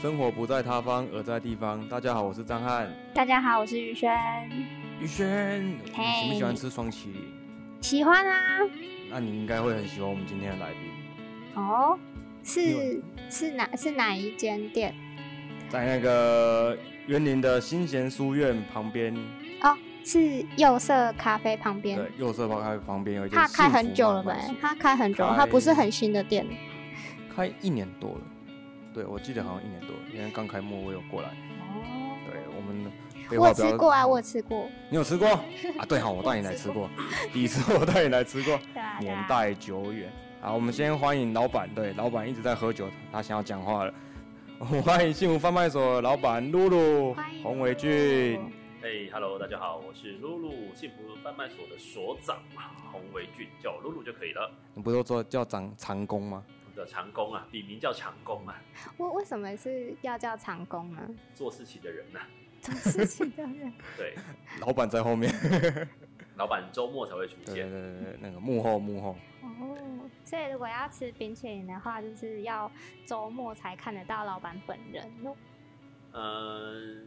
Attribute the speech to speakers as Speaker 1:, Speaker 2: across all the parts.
Speaker 1: 生活不在他方，而在地方。大家好，我是张翰。
Speaker 2: 大家好，我是宇轩，
Speaker 1: 宇轩，你
Speaker 2: 嘿
Speaker 1: 喜不喜欢吃双麒麟？
Speaker 2: 喜欢啊，
Speaker 1: 那你应该会很喜欢我们今天的来宾，
Speaker 2: 哦，
Speaker 1: 因
Speaker 2: 是
Speaker 1: 为
Speaker 2: 是哪是哪一间店？
Speaker 1: 在那个园林的新贤书院旁边，
Speaker 2: 哦是釉色咖啡旁边
Speaker 1: 对，，右侧旁开旁边有一间
Speaker 2: 它开很久
Speaker 1: 幸
Speaker 2: 了
Speaker 1: 福
Speaker 2: 没
Speaker 1: 满满？树
Speaker 2: 它开很久了，它不是很新的店，
Speaker 1: 开一年多了。对，我记得好像一年多了，因为刚开幕我有过来。
Speaker 2: 哦，
Speaker 1: 对我们，
Speaker 2: 我有吃过啊，我有吃过，
Speaker 1: 你有吃过啊？对哈，我带你来吃 过，第一次我带你来吃过，
Speaker 2: 对啊
Speaker 1: 年代久远。好，我们先欢迎老板，对，老板一直在喝酒，他想要讲话了。我们欢迎幸福贩卖所老板露露
Speaker 2: 欢迎、
Speaker 1: 洪伟俊。
Speaker 3: 嘿、h e l l o 大家好，我是露露，幸福贩卖所的所长洪维俊，叫我露露就可以了。
Speaker 1: 你不是说叫长长工吗？
Speaker 3: 我的长工啊，笔名叫长工啊，
Speaker 2: 为为什么是要叫长工呢？
Speaker 3: 做事情的人呐、
Speaker 2: 做事情的人，
Speaker 3: 对，
Speaker 1: 老板在后 面。
Speaker 3: 老板周末才会出
Speaker 1: 对对
Speaker 3: 现。
Speaker 1: 对对对，那个幕后幕后。
Speaker 2: 哦，所以如果要吃冰淇淋的话，就是要周末才看得到老板本人哦。
Speaker 3: 嗯，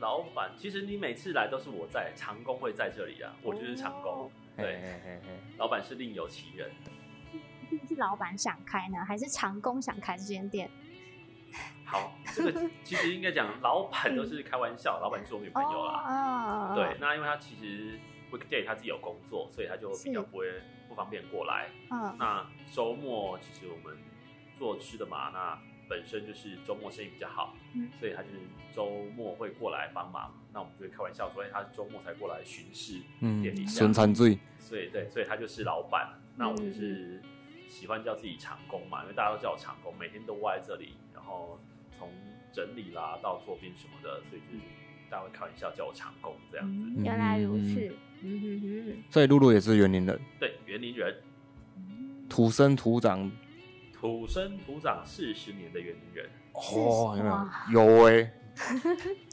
Speaker 3: 老板，其实你每次来都是我在，长工会在这里啊，我就是长工
Speaker 2: 哦。
Speaker 1: 嘿
Speaker 3: 对，
Speaker 1: 嘿嘿嘿。
Speaker 3: 老板是另有其人。
Speaker 2: 是老板想开呢，还是长工想开这间店？
Speaker 3: 好，这 个其实应该讲，老板都是开玩笑，老板是我女朋友啦。
Speaker 2: 哦，
Speaker 3: 啊对，，那因为他其实 weekday 他自己有工作，所以他就比较
Speaker 2: 是
Speaker 3: 不会不方便过来。
Speaker 2: 嗯，
Speaker 3: 那周末其实我们做吃的嘛，那本身就是周末生意比较好，
Speaker 2: 嗯
Speaker 3: 所以他就是周末会过来帮忙。那我们就会开玩笑说，哎，他周末才过来巡视店里
Speaker 1: 嗯，
Speaker 3: 这
Speaker 1: 孙
Speaker 3: 样。
Speaker 1: 产罪。
Speaker 3: 所以对，所以他就是老板。那
Speaker 2: 嗯
Speaker 3: 我就是喜欢叫自己长工嘛，因为大家都叫我长工，每天都窝在这里，然后从整理啦到做边什么的，所以就是大家会开玩笑叫我长工这样子。
Speaker 2: 嗯原来如此，嗯哼
Speaker 1: 所以露露也是园林人，
Speaker 3: 对，园林人，
Speaker 2: 哼，
Speaker 1: 土生土长。
Speaker 3: 土生土长四十年的园林人。
Speaker 1: 哦，有没
Speaker 2: 哇
Speaker 1: 有？有哎、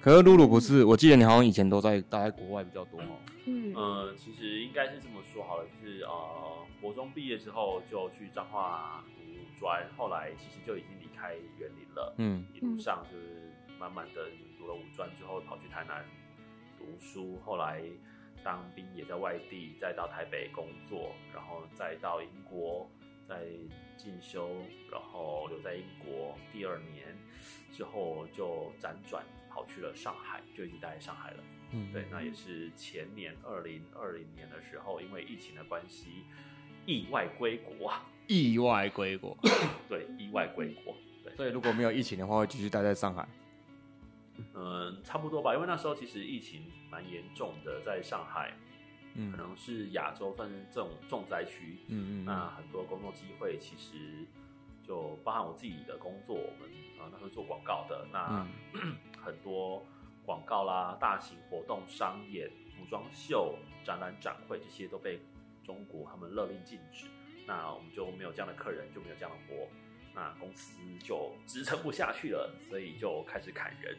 Speaker 1: 可是露露不是，我记得你好像以前都在待在国外比较多哦。
Speaker 2: 嗯，
Speaker 3: 呃，其实应该是这么说好了，就是呃，国中毕业之后就去彰化读专，后来其实就已经离开园林了，
Speaker 1: 嗯，
Speaker 3: 一路上就是慢慢的读了五专之后跑去台南读书，后来当兵也在外地，再到台北工作，然后再到英国再进修，然后留在英国第二年之后就辗转跑去了上海，就已经待在上海了。
Speaker 1: 嗯
Speaker 3: 对，那也是前年二零二零年的时候，因为疫情的关系，意外归国啊，
Speaker 1: 意外归国，
Speaker 3: 对，意外归国，对，
Speaker 1: 所以如果没有疫情的话，会继续待在上海。
Speaker 3: 嗯，差不多吧，因为那时候其实疫情蛮严重的，在上海
Speaker 1: 嗯
Speaker 3: 可能是亚洲算是这种重灾区，
Speaker 1: 嗯嗯
Speaker 3: 那很多工作机会其实就包含我自己的工作，我们啊那时候做广告的，那、
Speaker 1: 嗯
Speaker 3: 很多广告啦、大型活动、商演、服装秀、展览、展会这些都被中国他们勒令禁止，那我们就没有这样的客人，就没有这样的活，那公司就支撑不下去了，所以就开始砍人。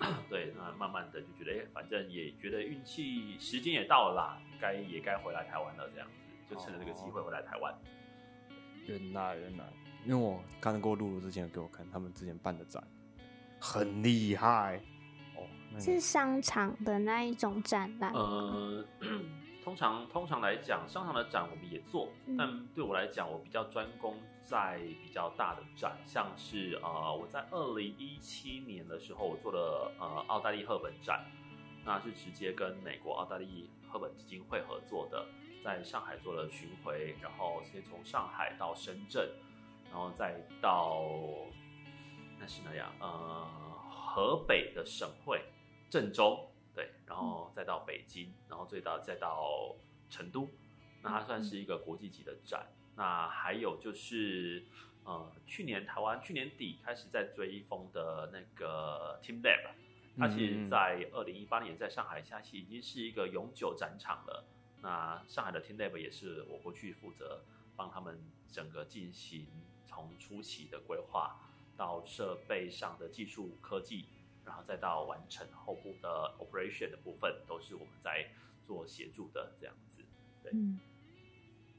Speaker 3: 对，那慢慢的就觉得，哎、反正也觉得运气时间也到了啦，该也该回来台湾了，这样子就趁着这个机会回来台湾。
Speaker 1: 原来原来，因为我看过露露之前有给我看他们之前办的展，很厉害哦。那个
Speaker 2: 是商场的那一种展览，
Speaker 3: 呃， 通常通常来讲，商场的展我们也做，
Speaker 2: 嗯
Speaker 3: 但对我来讲，我比较专攻在比较大的展，像是呃，我在二零一七年的时候，我做了呃奥黛丽赫本展，那是直接跟美国奥黛丽赫本基金会合作的，在上海做了巡回，然后先从上海到深圳，然后再到那是哪样？呃，河北的省会郑州，对，然后再到北京，然后最到再到成都，那它算是一个国际级的展。那还有就是，呃，去年台湾去年底开始在追风的那个 Team Lab，它其
Speaker 1: 嗯
Speaker 3: 实在二零一八年在上海下期已经是一个永久展场了。那上海的 Team Lab 也是我过去负责帮他们整个进行从初期的规划到设备上的技术科技，然后再到完成后部的 operation 的部分，都是我们在做协助的这样子。
Speaker 2: 嗯，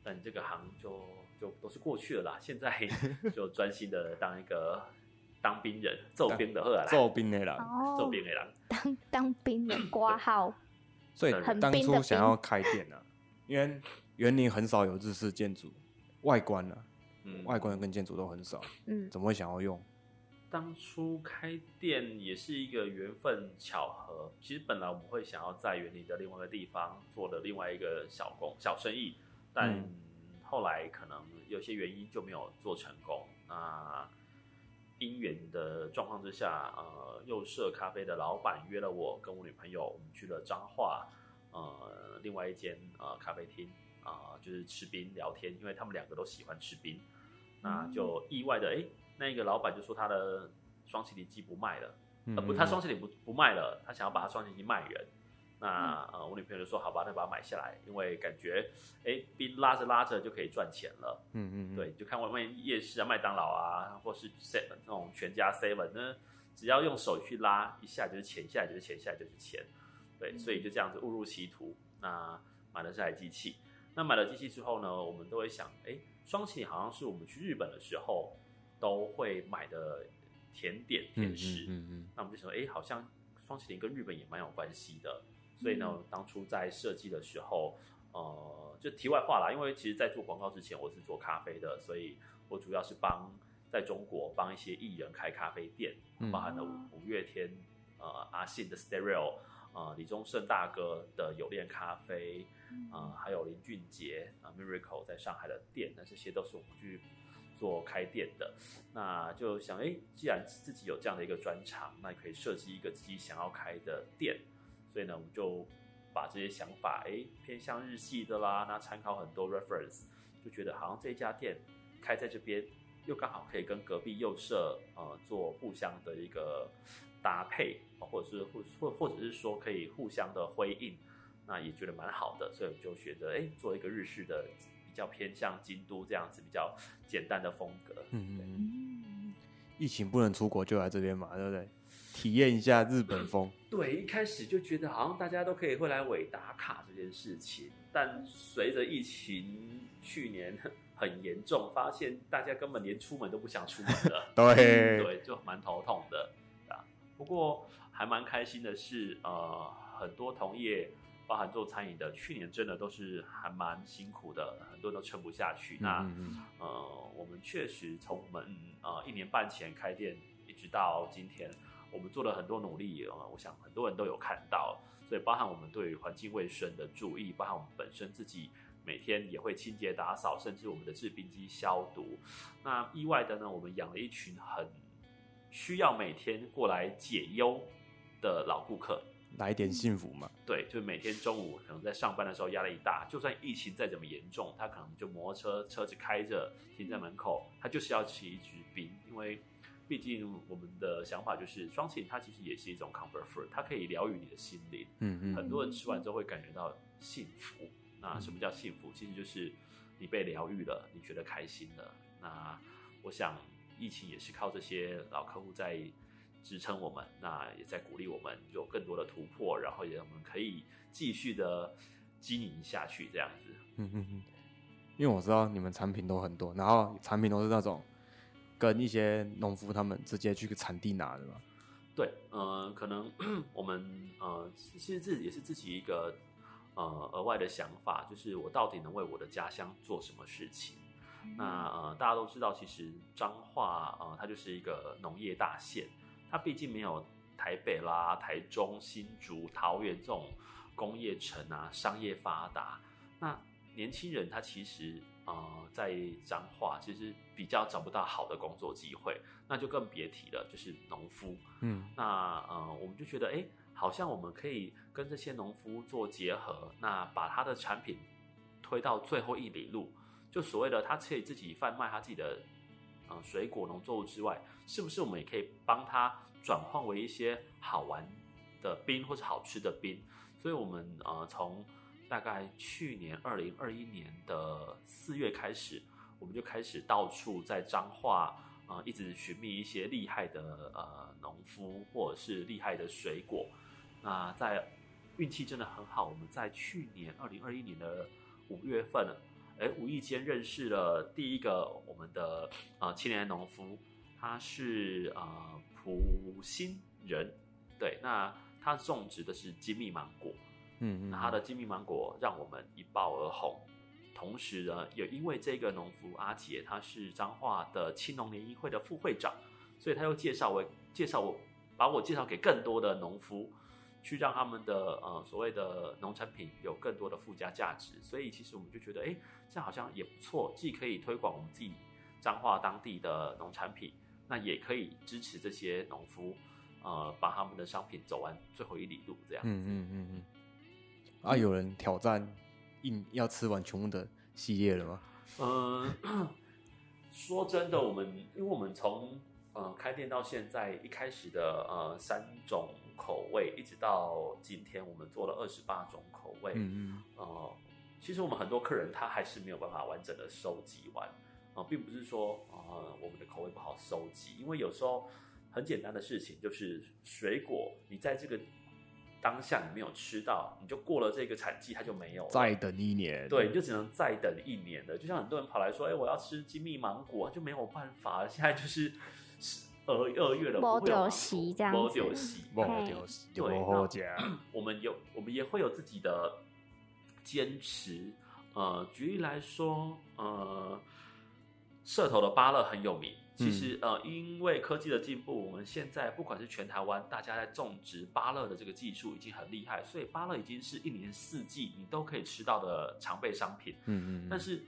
Speaker 3: 但这个行就就都是过去了啦，现在 就专心的当一个当兵人，揍兵的喝啦，
Speaker 1: 做兵的啦。
Speaker 3: 揍
Speaker 2: 哦，
Speaker 3: 兵的人。
Speaker 2: 当 当兵的挂号，
Speaker 1: 所以
Speaker 3: 很
Speaker 1: 当
Speaker 2: 冰的
Speaker 1: 初
Speaker 2: 冰
Speaker 1: 想要开店啊，因为园林很少有日式建筑，外观啊，
Speaker 3: 嗯，
Speaker 1: 外观跟建筑都很少，
Speaker 2: 嗯，
Speaker 1: 怎么会想要用？
Speaker 3: 当初开店也是一个缘分巧合。其实本来我们会想要在园林的另外一个地方做的另外一个小工小生意，但
Speaker 1: 嗯
Speaker 3: 后来可能有些原因就没有做成功。那因缘的状况之下，呃，右舍咖啡的老板约了我跟我女朋友，我们去了彰化，呃，另外一间呃咖啡厅啊、就是吃冰聊天，因为他们两个都喜欢吃冰。那就意外的，哎、那个老板就说他的双麒麟鸡不卖了，
Speaker 1: 嗯
Speaker 3: 呃，不，他双麒麟不不卖了，他想要把他双麒麟卖人。那呃，我女朋友就说好吧，那把它买下来，因为感觉哎，冰拉着拉着就可以赚钱了。
Speaker 1: 嗯嗯，嗯
Speaker 3: 对，，就看外面夜市啊、麦当劳啊，或是 seven 那种全家 seven 呢，只要用手去拉一下就是钱，下来就是钱，下来就是钱。对，
Speaker 2: 嗯
Speaker 3: 所以就这样子误入歧途。那买了这台机器，那买了机器之后呢，我们都会想，哎、双麒麟好像是我们去日本的时候都会买的甜点甜食。
Speaker 1: 嗯嗯
Speaker 3: 那我们就想，哎、好像双麒麟跟日本也蛮有关系的。所以呢，当初在设计的时候，呃，就题外话啦，因为其实在做广告之前，我是做咖啡的，所以我主要是帮在中国帮一些艺人开咖啡店，
Speaker 1: 嗯
Speaker 3: 包含了
Speaker 2: 哦
Speaker 3: 五五月天、呃阿信的 Stereo、呃李宗盛大哥的有恋咖啡，
Speaker 2: 嗯
Speaker 3: 啊、还有林俊杰啊、Miracle 在上海的店，那这些都是我们去做开店的。那就想，哎、既然自己有这样的一个专长，那也可以设计一个自己想要开的店。所以呢，我们就把这些想法，哎、偏向日系的啦，那参考很多 reference，就觉得好像这家店开在这边，又刚好可以跟隔壁右舍呃做互相的一个搭配，哦或者是或或或者是说可以互相的辉映，那也觉得蛮好的，所以我们就选择哎、诶做一个日式的比较偏向京都这样子比较简单的风格，
Speaker 1: 嗯嗯嗯，
Speaker 2: 嗯，
Speaker 1: 疫情不能出国就来这边嘛，对不对？体验一下日本风，，
Speaker 3: 对，一开始就觉得好像大家都可以会来伪打卡这件事情，但随着疫情去年很严重，发现大家根本连出门都不想出门了
Speaker 1: 对
Speaker 3: 对，就蛮头痛的对啊。不过还蛮开心的是，呃，很多同业，包含做餐饮的，去年真的都是还蛮辛苦的，很多人都撑不下去。那、
Speaker 1: 嗯嗯嗯
Speaker 3: 呃，我们确实从我们呃一年半前开店，一直到今天，我们做了很多努力，呃，我想很多人都有看到，所以包含我们对于环境卫生的注意，包含我们本身自己每天也会清洁打扫，甚至我们的制冰机消毒。那意外的呢，我们养了一群很需要每天过来解忧的老顾客。
Speaker 1: 来一点幸福嘛，
Speaker 3: 对，就是每天中午可能在上班的时候压力大，就算疫情再怎么严重，他可能就摩托车车子开着停在门口，他就是要骑一支冰，因为毕竟我们的想法就是双擎它其实也是一种 comfort food，它可以疗愈你的心灵。
Speaker 1: 嗯
Speaker 3: 很
Speaker 1: 嗯
Speaker 3: 多人吃完之后会感觉到幸福。那什么叫幸福？其实就是你被疗愈了，你觉得开心了。那我想，疫情也是靠这些老客户在支撑我们，那也在鼓励我们有更多的突破，然后也让我们可以继续的经营下去，这样子。
Speaker 1: 嗯嗯嗯，因为我知道你们产品都很多，然后产品都是那种跟一些农夫他们直接去产地拿的嘛，
Speaker 3: 对，呃，可能 我们呃，其实自己也是自己一个呃额外的想法，就是我到底能为我的家乡做什么事情。那呃，大家都知道，其实彰化呃，它就是一个农业大县，它毕竟没有台北啦、台中、新竹、桃园这种工业城啊，商业发达。那年轻人他其实呃，在彰化其实比较找不到好的工作机会，那就更别提了，就是农夫。
Speaker 1: 嗯
Speaker 3: 那呃，我们就觉得，哎、好像我们可以跟这些农夫做结合，那把他的产品推到最后一里路，就所谓的他可以自己贩卖他自己的呃水果农作物之外，是不是我们也可以帮他转换为一些好玩的冰或者好吃的冰？所以我们呃从大概去年二零二一年的四月开始，我们就开始到处在彰化呃一直寻觅一些厉害的呃农夫或者是厉害的水果。那在运气真的很好，我们在去年二零二一年的五月份，哎，无意间认识了第一个我们的啊、呃青年农夫，他是啊、呃普新人，对，那他种植的是金蜜芒果，
Speaker 1: 嗯嗯，
Speaker 3: 那他的金蜜芒果让我们一爆而红。同时呢，也因为这个农夫阿杰，他是彰化的青农联谊会的副会长，所以他又介绍我，介绍我，把我介绍给更多的农夫，去让他们的呃所谓的农产品有更多的附加价值。所以其实我们就觉得，哎，这样好像也不错，既可以推广我们自己彰化当地的农产品，那也可以支持这些农夫，呃，把他们的商品走完最后一里路，这样子。
Speaker 1: 嗯嗯嗯嗯。啊，有人挑战硬要吃完全部的系列了吗？
Speaker 3: 嗯，说真的，我们因为我们从呃开店到现在，一开始的呃三种口味，一直到今天，我们做了二十八种口味。
Speaker 1: 嗯
Speaker 3: 呃，其实我们很多客人他还是没有办法完整的收集完，呃，并不是说呃我们的口味不好收集，因为有时候很简单的事情就是水果，你在这个当下你没有吃到，你就过了这个产季，它就没有了
Speaker 1: 嗯，再等一年。
Speaker 3: 对，你就只能再等一年了。就像很多人跑来说，哎、我要吃金蜜芒果，就没有办法了。现在就是十二二月了，
Speaker 2: 没
Speaker 3: 不会有
Speaker 2: 有
Speaker 3: 芒
Speaker 2: 席
Speaker 3: 果
Speaker 2: 这样
Speaker 3: 没
Speaker 2: 子
Speaker 3: 有席
Speaker 1: 不
Speaker 2: 嘿
Speaker 1: 丢死，
Speaker 3: 对
Speaker 1: 不好 嗯讲。
Speaker 3: 我们有我们也会有自己的坚持。呃，举例来说，呃，社头的芭乐很有名。其实，呃，因为科技的进步，我们现在不管是全台湾，大家在种植芭乐的这个技术已经很厉害，所以芭乐已经是一年四季你都可以吃到的常备商品。
Speaker 1: 嗯嗯嗯，
Speaker 3: 但是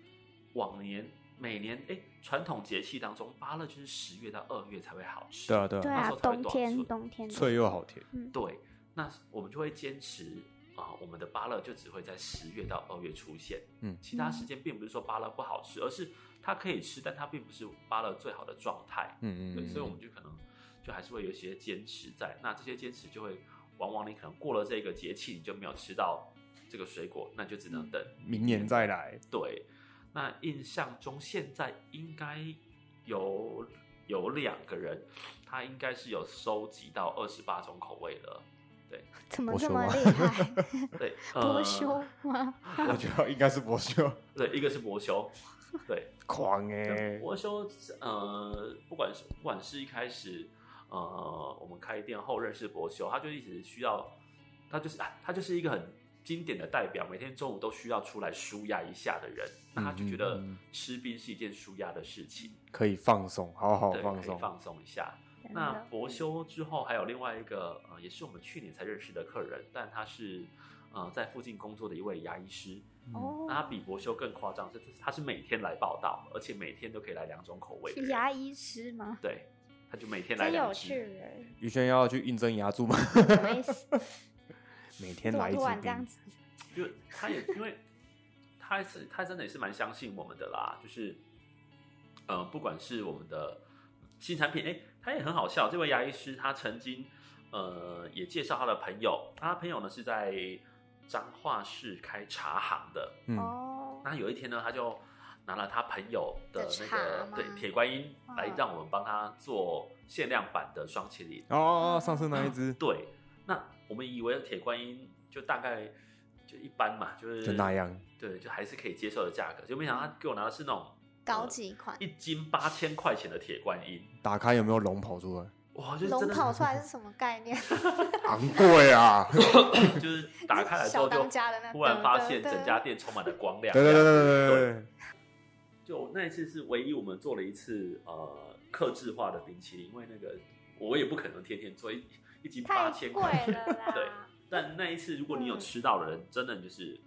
Speaker 3: 往年每年哎，传统节气当中，芭乐就是十月到二月才会好吃。
Speaker 1: 对啊对
Speaker 2: 对
Speaker 1: 啊，
Speaker 3: 那
Speaker 2: 啊
Speaker 3: 时候，才会
Speaker 2: 冬
Speaker 3: 短
Speaker 2: 天
Speaker 3: 袖
Speaker 2: 冬天的
Speaker 1: 脆又好甜。
Speaker 3: 对，那我们就会坚持啊、我们的芭乐就只会在十月到二月出现。
Speaker 1: 嗯
Speaker 3: 其他时间并不是说芭乐不好吃，而是它可以吃，但它并不是芭乐最好的状态。
Speaker 1: 嗯嗯
Speaker 3: 对，
Speaker 1: 嗯，
Speaker 3: 所以我们就可能就还是会有一些坚持在。那这些坚持就会，往往你可能过了这个节气，你就没有吃到这个水果，那就只
Speaker 1: 嗯
Speaker 3: 能等
Speaker 1: 明年再 来。
Speaker 3: 对，那印象中现在应该有有两个人，他应该是有收集到二十八种口味的。
Speaker 2: 怎么
Speaker 1: 我
Speaker 2: 这
Speaker 1: 说
Speaker 2: 么
Speaker 1: 吗
Speaker 2: 厉害？
Speaker 3: 对，
Speaker 2: 多
Speaker 3: 呃
Speaker 2: 修 吗？
Speaker 1: 我觉得应该是博秀
Speaker 3: 对，一个是魔修，对，
Speaker 1: 狂哎，
Speaker 3: 魔修，呃，不管是不管是一开始，呃，我们开店后认识博修，他就一直需要，他就是、啊、他就是一个很经典的代表，每天中午都需要出来舒压一下的人，那他就觉得
Speaker 1: 嗯嗯嗯
Speaker 3: 吃冰是一件舒压的事情。
Speaker 1: 可以放松，好好
Speaker 3: 对，
Speaker 1: 哦放
Speaker 3: 可以
Speaker 1: 松。
Speaker 3: 放松一下。
Speaker 2: 真
Speaker 3: 那
Speaker 2: 的
Speaker 3: 博修之后还有另外一个呃，也是我们去年才认识的客人，但他是呃在附近工作的一位牙医师。
Speaker 1: 嗯
Speaker 3: 那他
Speaker 2: 哦，
Speaker 3: 比博修更夸张，是他是每天来报道，而且每天都可以来两种口味的
Speaker 2: 是
Speaker 3: 人。
Speaker 2: 牙医师吗？
Speaker 3: 对，他就每天来
Speaker 2: 真有
Speaker 3: 两
Speaker 2: 趣
Speaker 3: 只。
Speaker 2: 耶，
Speaker 1: 宇轩要去应征牙柱吗？
Speaker 2: 什么意思？
Speaker 1: 每
Speaker 2: 怎
Speaker 1: 天
Speaker 2: 么
Speaker 1: 来一
Speaker 2: 突
Speaker 1: 次
Speaker 2: 然
Speaker 1: 冰
Speaker 2: 这样子？
Speaker 3: 就他也因为他是他真的也是蛮相信我们的啦，就是呃，不管是我们的新产品，哎、他也很好笑。这位牙医师他曾经呃也介绍他的朋友，他朋友呢是在彰化市开茶行的，
Speaker 1: 嗯，
Speaker 2: 哦，
Speaker 3: 那有一天呢，他就拿了他朋友的那
Speaker 2: 的茶
Speaker 3: 个
Speaker 2: 吗
Speaker 3: 对铁观音来
Speaker 2: 嗯
Speaker 3: 让我们帮他做限量版的双麒麟，
Speaker 1: 哦，上次那一只
Speaker 3: 对，那我们以为铁观音就大概就一般嘛，就是
Speaker 1: 就那，样，
Speaker 3: 对，就还是可以接受的价格。就没想到他给我拿的是那种
Speaker 2: 高级款，
Speaker 3: 一斤八千块钱的铁观音，
Speaker 1: 打开有没有龙跑出 来？
Speaker 3: 哇，就是真
Speaker 2: 龙
Speaker 3: 的
Speaker 2: 跑出来是什么概念？
Speaker 1: 昂贵啊！
Speaker 3: 就是 打开来之
Speaker 2: 小
Speaker 3: 后就
Speaker 2: 当家的那
Speaker 3: 忽然发现
Speaker 2: 噔噔噔
Speaker 3: 整家店充满了光亮。
Speaker 1: 对对对对对对，
Speaker 3: 就那一次是唯一我们做了一次呃克制化的冰淇淋，因为那个我也不可能天天做一一斤八
Speaker 2: 太
Speaker 3: 千
Speaker 2: 贵嗯
Speaker 3: 块钱。
Speaker 2: 了啦！
Speaker 3: 对但那一次，如果你有吃到的人，真的就是，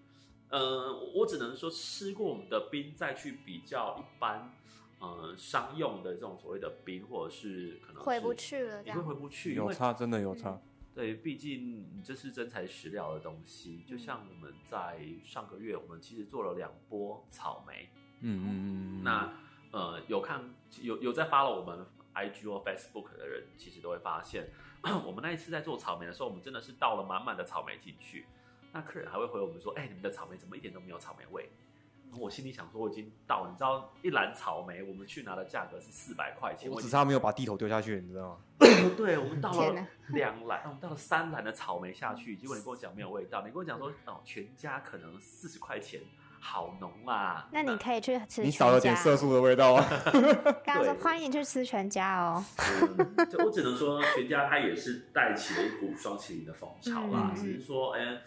Speaker 3: 呃，我我只能说吃过我们的冰，再去比较一般，呃，商用的这种所谓的冰，或者是可能是
Speaker 2: 回不，去了这
Speaker 3: 你会回
Speaker 2: 样。
Speaker 3: 不去，因
Speaker 1: 有
Speaker 3: 为
Speaker 1: 差，真的有差。
Speaker 3: 对，毕竟你这是真材实料的东西。就像我们在上个月，我们其实做了两波草莓，
Speaker 1: 嗯嗯嗯嗯，
Speaker 3: 那呃，有看有有在发了我们 IG 或 Facebook 的人，其实都会发现， 我们那一次在做草莓的时候，我们真的是倒了满满的草莓进去。那客人还会回我们说：“哎、你们的草莓怎么一点都没有草莓味？”然后我心里想说，我已经到，你知道，一篮草莓我们去拿的价格是四百块钱，
Speaker 1: 我只
Speaker 3: 已经
Speaker 1: 差没有把地头丢下去，你知道吗？
Speaker 3: 对，我们倒
Speaker 2: 天
Speaker 3: 了
Speaker 2: 哪
Speaker 3: 两篮，啊我们倒了
Speaker 2: 嗯
Speaker 3: 三篮的草莓下去，结果你跟我讲没有味道，你跟我讲说哦，全家可能四十块钱好浓啊！
Speaker 2: 那你可以去吃，
Speaker 1: 你少了点色。素的味道 啊。
Speaker 2: 刚刚说
Speaker 3: 对
Speaker 2: 欢迎去吃全家哦，
Speaker 3: 嗯，就我只能说，全家它也是带起了一股双麒麟的风潮啦。
Speaker 1: 嗯
Speaker 3: 只是说，哎、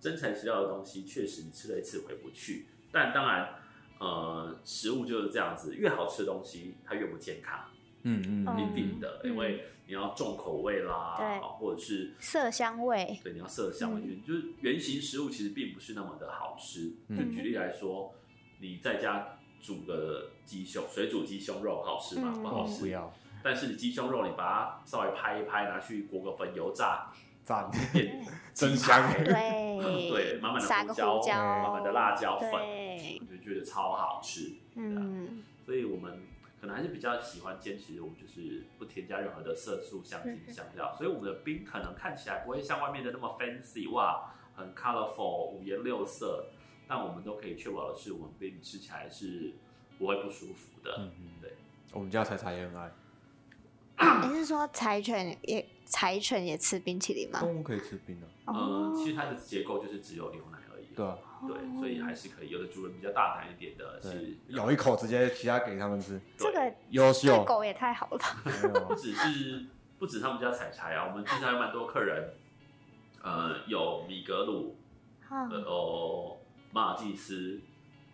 Speaker 3: 真材实料的东西，确实你吃了一次回不去。但当然，呃，食物就是这样子，越好吃的东西，它越不健康，
Speaker 1: 嗯嗯，
Speaker 3: 一定的，
Speaker 2: 嗯
Speaker 3: 因为你要重口味啦，
Speaker 2: 对
Speaker 3: 或者是
Speaker 2: 色香 味。
Speaker 3: 对，你要色香味
Speaker 2: 嗯
Speaker 3: 俱全，就是原型食物其实并不是那么的好吃。
Speaker 1: 嗯
Speaker 3: 就举例来说，你在家煮个鸡胸，水煮鸡胸肉好吃吗？
Speaker 2: 嗯
Speaker 3: 不
Speaker 1: 哦
Speaker 3: 好吃。
Speaker 1: 不要
Speaker 3: 但是你鸡胸肉，你把它稍微拍一拍，拿去裹个粉油炸，
Speaker 1: 赞，
Speaker 3: 变
Speaker 1: 真香。
Speaker 2: 对
Speaker 3: 对，满满
Speaker 2: 撒个
Speaker 3: 的胡椒，
Speaker 2: 胡椒，
Speaker 1: 满
Speaker 3: 满满的辣椒粉，
Speaker 2: 对，
Speaker 3: 我就觉得超好吃。
Speaker 2: 嗯，
Speaker 3: 所以我们可能还是比较喜欢坚持，我们就是不添加任何的色素、香精、
Speaker 2: 嗯
Speaker 3: 香料，所以我们的冰可能看起来不会像外面的那么 fancy 哇，很 colorful 五颜六色，但我们都可以确保的是，我们冰吃起来是不会不舒服的。
Speaker 1: 嗯嗯，
Speaker 3: 对，
Speaker 1: 我们家彩彩也很爱，
Speaker 2: 你是说柴犬也柴犬也吃冰淇淋吗？
Speaker 1: 动物可以吃冰的，
Speaker 3: 嗯，
Speaker 2: 哦
Speaker 3: 其实它的结构就是只有牛奶而已。
Speaker 1: 对啊，
Speaker 3: 对，所以还是可以。有的主人比较大胆一点的是
Speaker 1: 对，，咬一口直接其他给他们吃，
Speaker 2: 这个
Speaker 1: 优
Speaker 2: 对
Speaker 1: 秀。
Speaker 2: 狗也太好了吧？
Speaker 1: 没有
Speaker 3: 不
Speaker 1: 啊
Speaker 3: 只是不止他们家采茶啊，我们经常有蛮多客人，呃，有米格鲁，呃
Speaker 2: 嗯
Speaker 3: 有马尔济斯，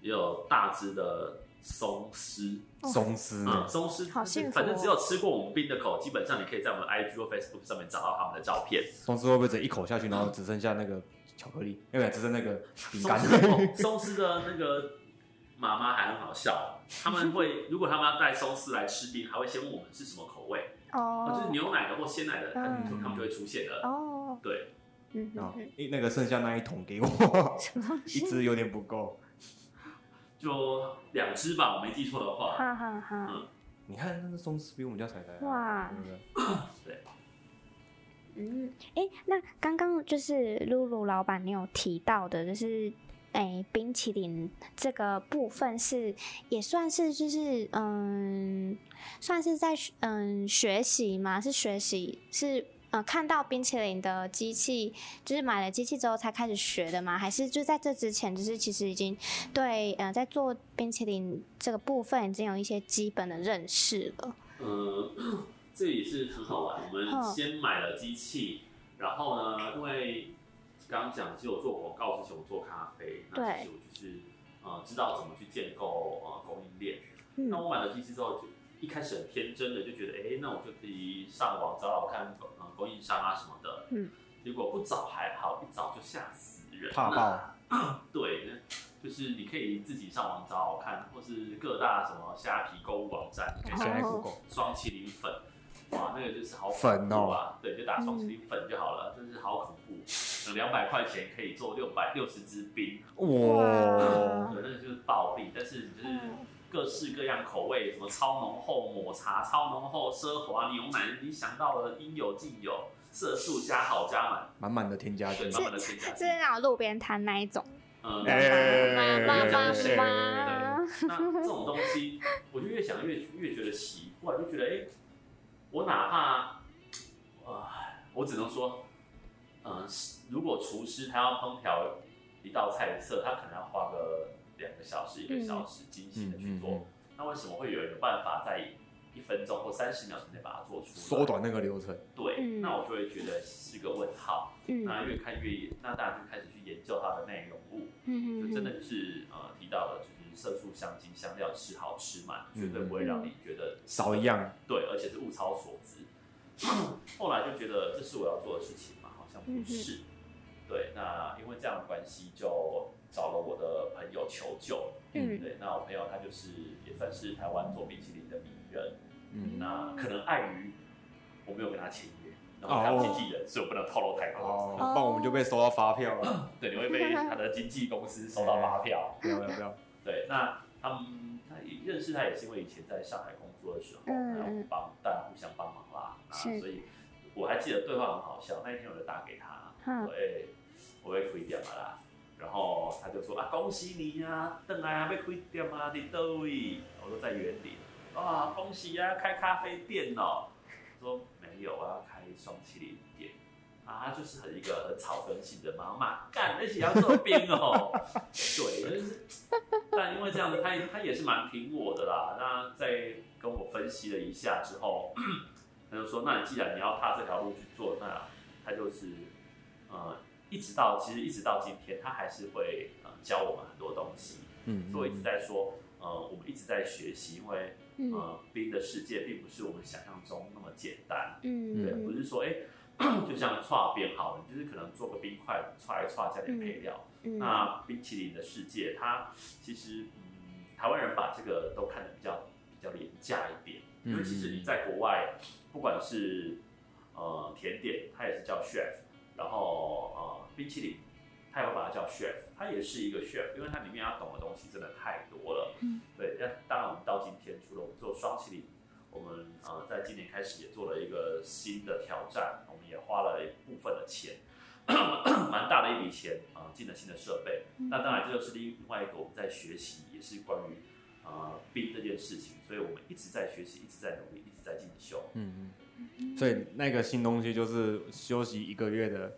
Speaker 3: 也有大只的松狮，
Speaker 1: 松狮
Speaker 3: 嗯，松狮，
Speaker 2: 好幸福哦
Speaker 3: 反正只有吃过我们冰的口，基本上你可以在我们 IG 或 Facebook 上面找到他们的照片。
Speaker 1: 松狮会不会只一口下去，然后只剩下那个巧克力，哎对不对？只剩那个饼
Speaker 3: 松
Speaker 1: 干。
Speaker 3: 狮 哦，松狮的那个妈妈还很好笑，他们会如果他们要带松狮来吃冰，还会先问我们是什么口味，哦，就是
Speaker 2: 哦
Speaker 3: 牛奶的或鲜奶的，他
Speaker 2: 嗯
Speaker 3: 们就会出现了。
Speaker 2: 哦，
Speaker 3: 对，
Speaker 2: 嗯
Speaker 1: 啊
Speaker 2: 嗯，
Speaker 1: 一那个剩下那一桶给我，
Speaker 2: 什么东
Speaker 1: 一
Speaker 2: 西？
Speaker 1: 只有点不够。
Speaker 3: 就两只吧，我没记错的话。
Speaker 2: 哈哈哈，
Speaker 1: 你看那个松狮比我们家彩彩还
Speaker 2: 哇
Speaker 1: 对不对？
Speaker 2: 嗯，哎，那刚刚就是露露老板你有提到的，就是。哎，冰淇淋这个部分是也算是就是嗯，算是在学嗯学习嘛，是学习是呃看到冰淇淋的机器，就是买了机器之后才开始学的吗？还是就在这之前，就是其实已经对呃在做冰淇淋这个部分已经有一些基本的认识了？
Speaker 3: 嗯， 这也是很好玩。我们
Speaker 2: 嗯
Speaker 3: 先买了机器，然后呢，因为刚刚讲，其实我做广告之前我做咖啡，那其实我就是呃知道怎么去建构呃供应链。
Speaker 2: 嗯
Speaker 3: 那我买了机器之后，就一开始很天真的就觉得，哎，那我就可以上网找找看呃供应商啊什么的。
Speaker 2: 嗯，
Speaker 3: 结果不找还好，一找就吓死人，
Speaker 1: 怕爆。
Speaker 3: 对，那就是你可以自己上网找看，或是各大什么虾皮购物网站，你可以
Speaker 1: 现
Speaker 3: 下
Speaker 1: 在
Speaker 2: 哦
Speaker 1: Google
Speaker 3: 双麒麟粉，哇，那个就是好
Speaker 1: 粉哦嗯
Speaker 3: 恐怖啊！对，就打双麒麟粉就好了，真是好恐怖。两百块钱可以做六百六十支冰，
Speaker 1: 哇，
Speaker 3: 对，那个就是暴利。但是就是
Speaker 2: 嗯
Speaker 3: 各式各样口味，什么超浓厚抹茶、超浓厚奢华牛奶，你想到了应有尽有，色素加好加满，
Speaker 1: 满满的添加
Speaker 3: 对，
Speaker 1: 剂。
Speaker 3: 慢慢的添加
Speaker 2: 是。那种路边摊那一种。
Speaker 3: 嗯，
Speaker 1: 哎
Speaker 2: 妈妈妈
Speaker 3: 对
Speaker 2: 妈，
Speaker 3: 那这种东西，我就越想越越觉得奇怪，就觉得哎、诶我哪怕，呃，我只能说，嗯、如果厨师他要烹调一道菜色，他可能要花个两个小时、一个小时精心
Speaker 1: 嗯
Speaker 3: 的去
Speaker 1: 嗯
Speaker 3: 做。
Speaker 1: 嗯，
Speaker 3: 那为什么会有人有办法在一分钟或三十秒之内把它做出来？
Speaker 1: 缩短那个流程。
Speaker 3: 对，
Speaker 2: 嗯
Speaker 3: 那我就会觉得是个问号。
Speaker 2: 嗯
Speaker 3: 那越看越，那大家就开始去研究它的内容物。就
Speaker 2: 嗯
Speaker 3: 真的是呃提到的，就是色素、香精、香料吃好吃嘛，绝
Speaker 1: 嗯
Speaker 3: 对不会让你觉得
Speaker 1: 少一样，
Speaker 3: 对，而且是物超所值。 后来就觉得这是我要做的事情嘛，好像
Speaker 1: 嗯
Speaker 3: 不是。对，那因为这样的关系，就找了我的朋友求救。
Speaker 2: 嗯
Speaker 3: 对，那我朋友他就是也算是台湾做冰淇淋的名人，
Speaker 1: 嗯
Speaker 3: 那可能碍于我没有跟他签约，然后他有经纪人，所以我不能透露太多。
Speaker 1: 哦，不然我们就被收到发票 了。
Speaker 3: 对，你会被他的经纪公司收到发票。
Speaker 1: 不要不要不要，
Speaker 3: 对，那他们他也认识他也是因为以前在上海工作的时候，
Speaker 2: 嗯
Speaker 3: 然后
Speaker 2: 嗯
Speaker 3: 帮大家互相帮忙啦。那
Speaker 2: 是
Speaker 3: 所以我还记得对话很好笑，那一天我就打给他，
Speaker 2: 嗯
Speaker 3: 我哎，我被亏掉了啊啦。然后他就说啊，恭喜你啊，邓来啊被亏掉啊，你都位？我说在园林。啊，恭喜啊，开咖啡店哦。说没有，我要开双麒麟店。啊，啊，她就是很一个很草根型的妈妈，干，而且要做兵哦，对，就是，但因为这样子，她她也是蛮挺我的啦。那在跟我分析了一下之后，她就说，那你既然你要踏这条路去做，那她就是，呃，一直到其实一直到今天，她还是会呃教我们很多东西，
Speaker 1: 嗯，
Speaker 3: 所以我一直在说，呃，我们一直在学习，因为
Speaker 2: 嗯
Speaker 3: 呃，兵的世界并不是我们想象中那么简单。对，不
Speaker 2: 嗯
Speaker 3: 是说哎、 就像串边好了，你就是可能做个冰块串一串，加点配料。
Speaker 2: 嗯
Speaker 3: 那冰淇淋的世界，它其实嗯，台湾人把这个都看得比较比较廉价一点，因为其实你在国外，不管是呃甜点，它也是叫 chef，然后呃冰淇淋，它也会把它叫 chef，它也是一个 chef，因为它里面要懂的东西真的太多了。
Speaker 2: 嗯，
Speaker 3: 对。那当然，我们到今天，除了我们做双淇淋，我们呃在今年开始也做了一个新的挑战，我们也花了一部分的钱， 蛮大的一笔钱啊、呃进了新的设备。
Speaker 2: 嗯
Speaker 3: 那当然，这就是另外一个我们在学习，也是关于呃冰这件事情，所以我们一直在学习，一直在努力，一直在进修。
Speaker 1: 嗯嗯，所以那个新东西就是休息一个月的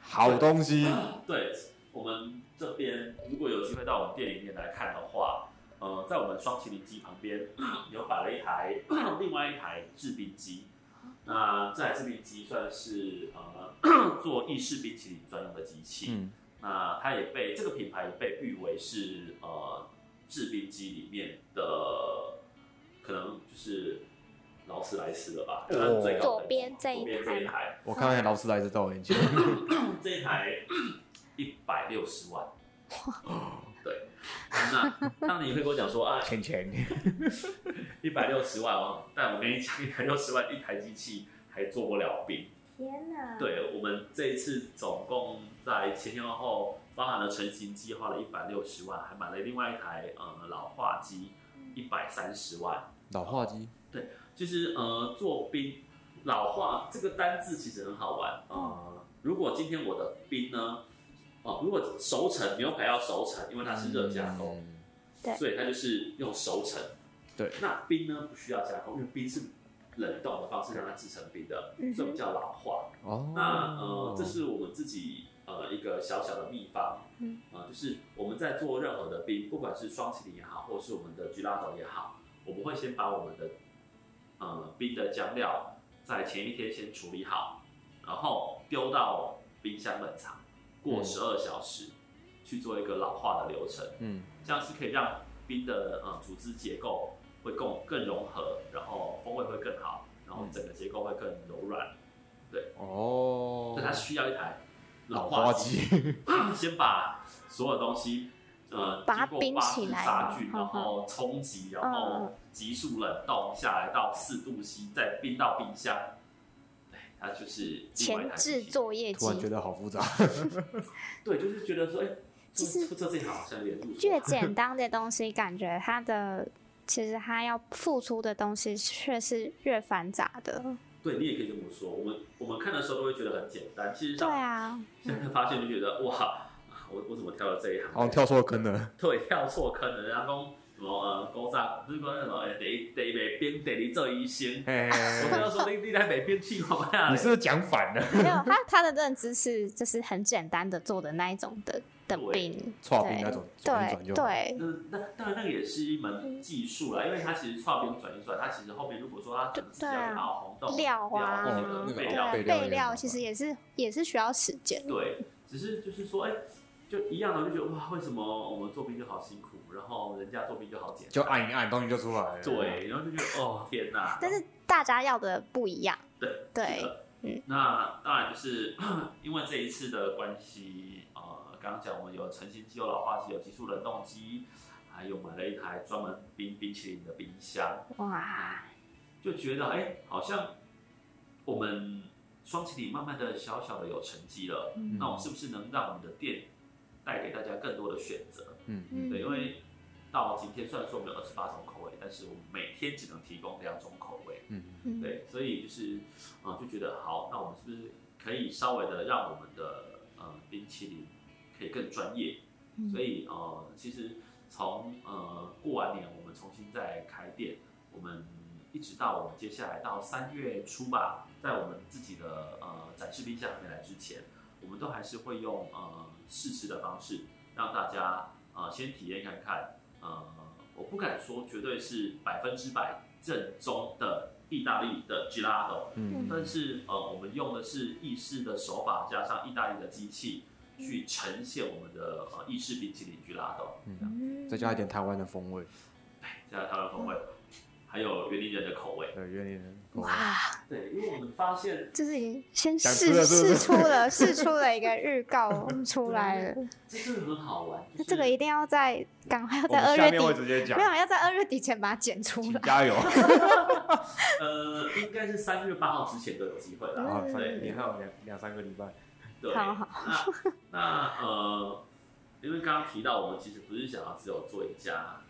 Speaker 1: 好东西，
Speaker 3: 对，我们这边如果有机会到我们店里面来看的话，呃，在我们双麒麟机旁边有摆了一台 另外一台制冰机。那这台制冰机算是呃 做意式冰淇淋专用的机器。
Speaker 1: 嗯
Speaker 3: 那它也被这个品牌也被誉为是呃制冰机里面的可能就是劳斯莱斯了吧？
Speaker 1: 哦
Speaker 3: 最高
Speaker 2: 左边这一
Speaker 3: 左边这一台，
Speaker 1: 我看到劳斯莱斯在我 眼前，
Speaker 3: 这一台一百六十万。对，那当你会跟我讲说啊，
Speaker 1: 钱钱，
Speaker 3: 一百六十万哦，但我跟你讲，一百六十万一台机器还做不了冰。
Speaker 2: 天哪，
Speaker 3: 对我们这一次总共在前前后后包含了成型机花了一百六十万，还买了另外一台呃老化机
Speaker 2: 嗯
Speaker 3: 一百三十万。
Speaker 1: 老话机，
Speaker 3: 其实呃做冰老化这个单字其实很好玩呃。如果今天我的冰呢，哦、如果熟成牛排要熟成，因为它是热哦加工，
Speaker 1: 嗯
Speaker 2: 对
Speaker 3: 所以它就是用熟成。
Speaker 1: 对，
Speaker 3: 那冰呢不需要加工，因为冰是冷冻的方式让它制成冰的，
Speaker 2: 嗯哼
Speaker 3: 所以我们叫老化。
Speaker 1: 哦，
Speaker 3: 那呃，这是我们自己呃一个小小的秘方，
Speaker 2: 嗯
Speaker 3: 呃，就是我们在做任何的冰，不管是双麒麟也好，或是我们的 gelato 也好，我们会先把我们的呃冰的酱料在前一天先处理好，然后丢到冰箱冷藏，过
Speaker 1: 嗯
Speaker 3: 十二小时、去做一个老化的流程。
Speaker 1: 嗯
Speaker 3: 这样是可以让冰的呃组织结构会更更融合，然后风味会更好，然
Speaker 1: 嗯
Speaker 3: 后整个结构会更柔软。
Speaker 1: 哦
Speaker 3: 所以，它需要一台老
Speaker 1: 老
Speaker 3: 化
Speaker 1: 话
Speaker 3: 机，
Speaker 1: 机，
Speaker 3: 先把所有东西呃
Speaker 2: 把它
Speaker 3: 经过
Speaker 2: 冰
Speaker 3: 巴
Speaker 2: 起
Speaker 3: 氏
Speaker 2: 来
Speaker 3: 杀菌，
Speaker 2: 嗯
Speaker 3: 然后冲击，然
Speaker 2: 嗯
Speaker 3: 后急速冷冻下来到四度 C，再冰到冰箱。对，它就是另外一
Speaker 2: 前
Speaker 3: 台
Speaker 2: 置
Speaker 3: 机器
Speaker 2: 作业
Speaker 1: 突然觉
Speaker 2: 机，
Speaker 1: 得好复杂，
Speaker 3: 对，就是觉得说，哎、
Speaker 2: 其实
Speaker 3: 做做这一行好像有点入手
Speaker 2: 越简单的东西，感觉它的其实它要付出的东西却是越繁杂的。
Speaker 3: 对你也可以这么说，我们我们看的时候都会觉得很简单，其实
Speaker 2: 对
Speaker 3: 上
Speaker 2: 啊，
Speaker 3: 现在发现就觉得哇，我我怎么跳到这一行？
Speaker 1: 好像跳错坑了，
Speaker 3: 对跳错坑了，人家讲什么呃高炸，不是讲什么呃第一第一北边第二做医生，
Speaker 1: 嘿嘿
Speaker 3: 我
Speaker 1: 嘿
Speaker 3: 看到说你你来北边去干嘛
Speaker 1: 你
Speaker 3: 嘞
Speaker 1: 是？不是讲反了？
Speaker 2: 没有他他的认知是就是很简单的做的那一种的的
Speaker 3: 对
Speaker 2: 病，
Speaker 1: 错啊冰那种转一转
Speaker 2: 对
Speaker 1: 就，
Speaker 2: 对，
Speaker 3: 那那当然那个也是一门技术啦，因为它其实创边转一转，它其实后面如果说它可能自己要去熬红豆
Speaker 2: 料啊
Speaker 3: 料
Speaker 1: 哦那个
Speaker 3: 备
Speaker 2: 对
Speaker 3: 料
Speaker 2: 啊，
Speaker 1: 备料也
Speaker 2: 备
Speaker 1: 很
Speaker 2: 料
Speaker 1: 麻
Speaker 2: 其
Speaker 1: 烦
Speaker 2: 实也是也是需要时间。
Speaker 3: 对，只是就是说，哎、就一样的，就觉得哇，为什么我们做兵就好辛苦，然后人家做兵就好简单？
Speaker 1: 就按一按，东西就出来了，，
Speaker 3: 对，然后就觉得哦天哪！
Speaker 2: 但是大家要的不一样，
Speaker 3: 对
Speaker 2: 对，
Speaker 3: 嗯，那当然就是 因为这一次的关系，呃，刚刚讲我们有成型机、有老化机、有急速冷冻机，还有买了一台专门冰冰淇淋的冰箱，
Speaker 2: 哇，
Speaker 3: 就觉得哎、好像我们双麒麟慢慢的小小的有成绩了，
Speaker 2: 嗯
Speaker 3: 那我们是不是能让我们的店带给大家更多的选择？
Speaker 1: 嗯嗯
Speaker 2: 嗯
Speaker 3: 对，因为到今天虽然说我们有二十八种口味，但是我们每天只能提供两种口味。
Speaker 1: 嗯，
Speaker 2: 嗯
Speaker 3: 对，所以就是呃，就觉得好，那我们是不是可以稍微的让我们的呃冰淇淋可以更专业？
Speaker 2: 嗯
Speaker 3: 所以呃，其实从呃过完年我们重新再开店，我们一直到我们接下来到三月初吧，在我们自己的呃展示冰箱还没来之前，我们都还是会用呃试吃的方式，让大家呃先体验看看。呃，我不敢说绝对是百分之百正宗的意大利的 gelato，
Speaker 1: 嗯
Speaker 3: 但是呃，我们用的是意式的手法，加上意大利的机器，去呈现我们的呃意式冰淇淋 gelato，
Speaker 1: 嗯，
Speaker 2: 嗯
Speaker 1: 再加一点台湾的风味，
Speaker 3: 加上它的风味，还有园林人的口味。
Speaker 1: 对，有点口味
Speaker 2: 哇，
Speaker 3: 对，因为我们发现
Speaker 2: 就是已经先
Speaker 1: 想
Speaker 2: 试
Speaker 1: 吃了是不
Speaker 2: 试
Speaker 1: 是
Speaker 2: 出 了试出了一个预告出来了，
Speaker 3: 这真的很好玩。就
Speaker 2: 那
Speaker 3: 是
Speaker 2: 这个一定要在赶快要
Speaker 1: 我
Speaker 2: 在
Speaker 1: 们
Speaker 2: 二
Speaker 1: 下
Speaker 2: 月
Speaker 1: 面会
Speaker 2: 底，
Speaker 1: 直接讲
Speaker 2: 没，有要在二月底前把它剪出
Speaker 1: 请
Speaker 2: 来。
Speaker 1: 加 油。
Speaker 3: 呃，应该是三月八号之前都有机会啦。
Speaker 1: 好，
Speaker 2: 嗯
Speaker 1: 三你还有两两三个礼拜，
Speaker 3: 对，
Speaker 2: 好
Speaker 3: 那啊那呃，因为刚刚提到，我们其实不是想要只有做一家、呃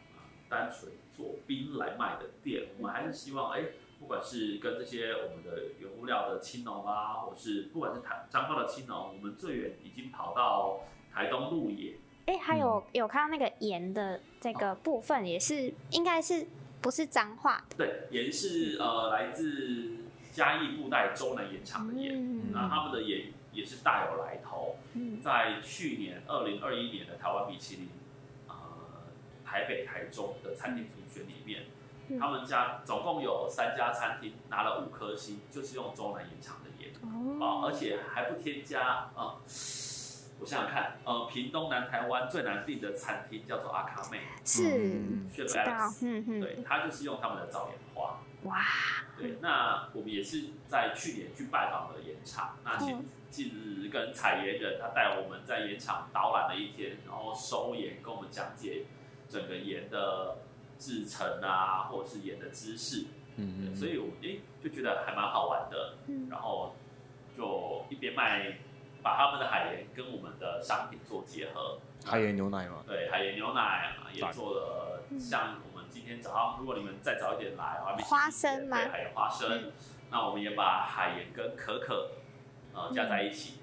Speaker 3: 单纯做冰来卖的店，我们还是希望哎。不管是跟这些我们的原物料的青农啊，或是不管是台彰化的青农，我们最远已经跑到台东鹿野，
Speaker 2: 哎、还有、
Speaker 1: 嗯
Speaker 2: 有看到那个盐的这个部分，也是应该是不是脏话？
Speaker 3: 对，盐是呃来自嘉义布袋州南盐厂的盐，
Speaker 2: 嗯
Speaker 3: 那他们的也也是大有来头，
Speaker 2: 嗯
Speaker 3: 在去年二零二一年的台湾米其林，呃，台北、台中的餐厅评选里面，
Speaker 2: 嗯
Speaker 3: 他们家总共有三家餐厅拿了五颗星，就是用中南盐厂的盐啊、
Speaker 2: 哦，
Speaker 3: 而且还不添加啊、呃我想想看，呃，屏东南台湾最难订的餐厅叫做阿卡妹，
Speaker 2: 是、
Speaker 1: 嗯
Speaker 3: 炫
Speaker 2: 知
Speaker 3: 美
Speaker 2: 道
Speaker 3: Alex，，
Speaker 2: 嗯
Speaker 3: 对
Speaker 2: 嗯，，
Speaker 3: 它就是用他们的藻盐花。
Speaker 2: 哇，
Speaker 3: 对，那我们也是在去年去拜访了盐场，那
Speaker 2: 嗯
Speaker 3: 近近日跟采盐人他带我们在盐场导览了一天，然后收盐，跟我们讲解整个盐的制成啊，或者是盐的知识，对
Speaker 1: 嗯，
Speaker 3: 所以我们诶就觉得还蛮好玩的，
Speaker 2: 嗯
Speaker 3: 然后就一边卖把他们的海盐跟我们的商品做结合，
Speaker 1: 海盐牛奶嘛，
Speaker 3: 对海盐牛奶啊也做了
Speaker 2: 嗯，
Speaker 3: 像我们今天早上，如果你们再早一点来，我还没
Speaker 2: 花生吗
Speaker 3: 对，海盐花生
Speaker 2: 嗯。
Speaker 3: 那我们也把海盐跟可可呃加
Speaker 2: 嗯
Speaker 3: 在一起，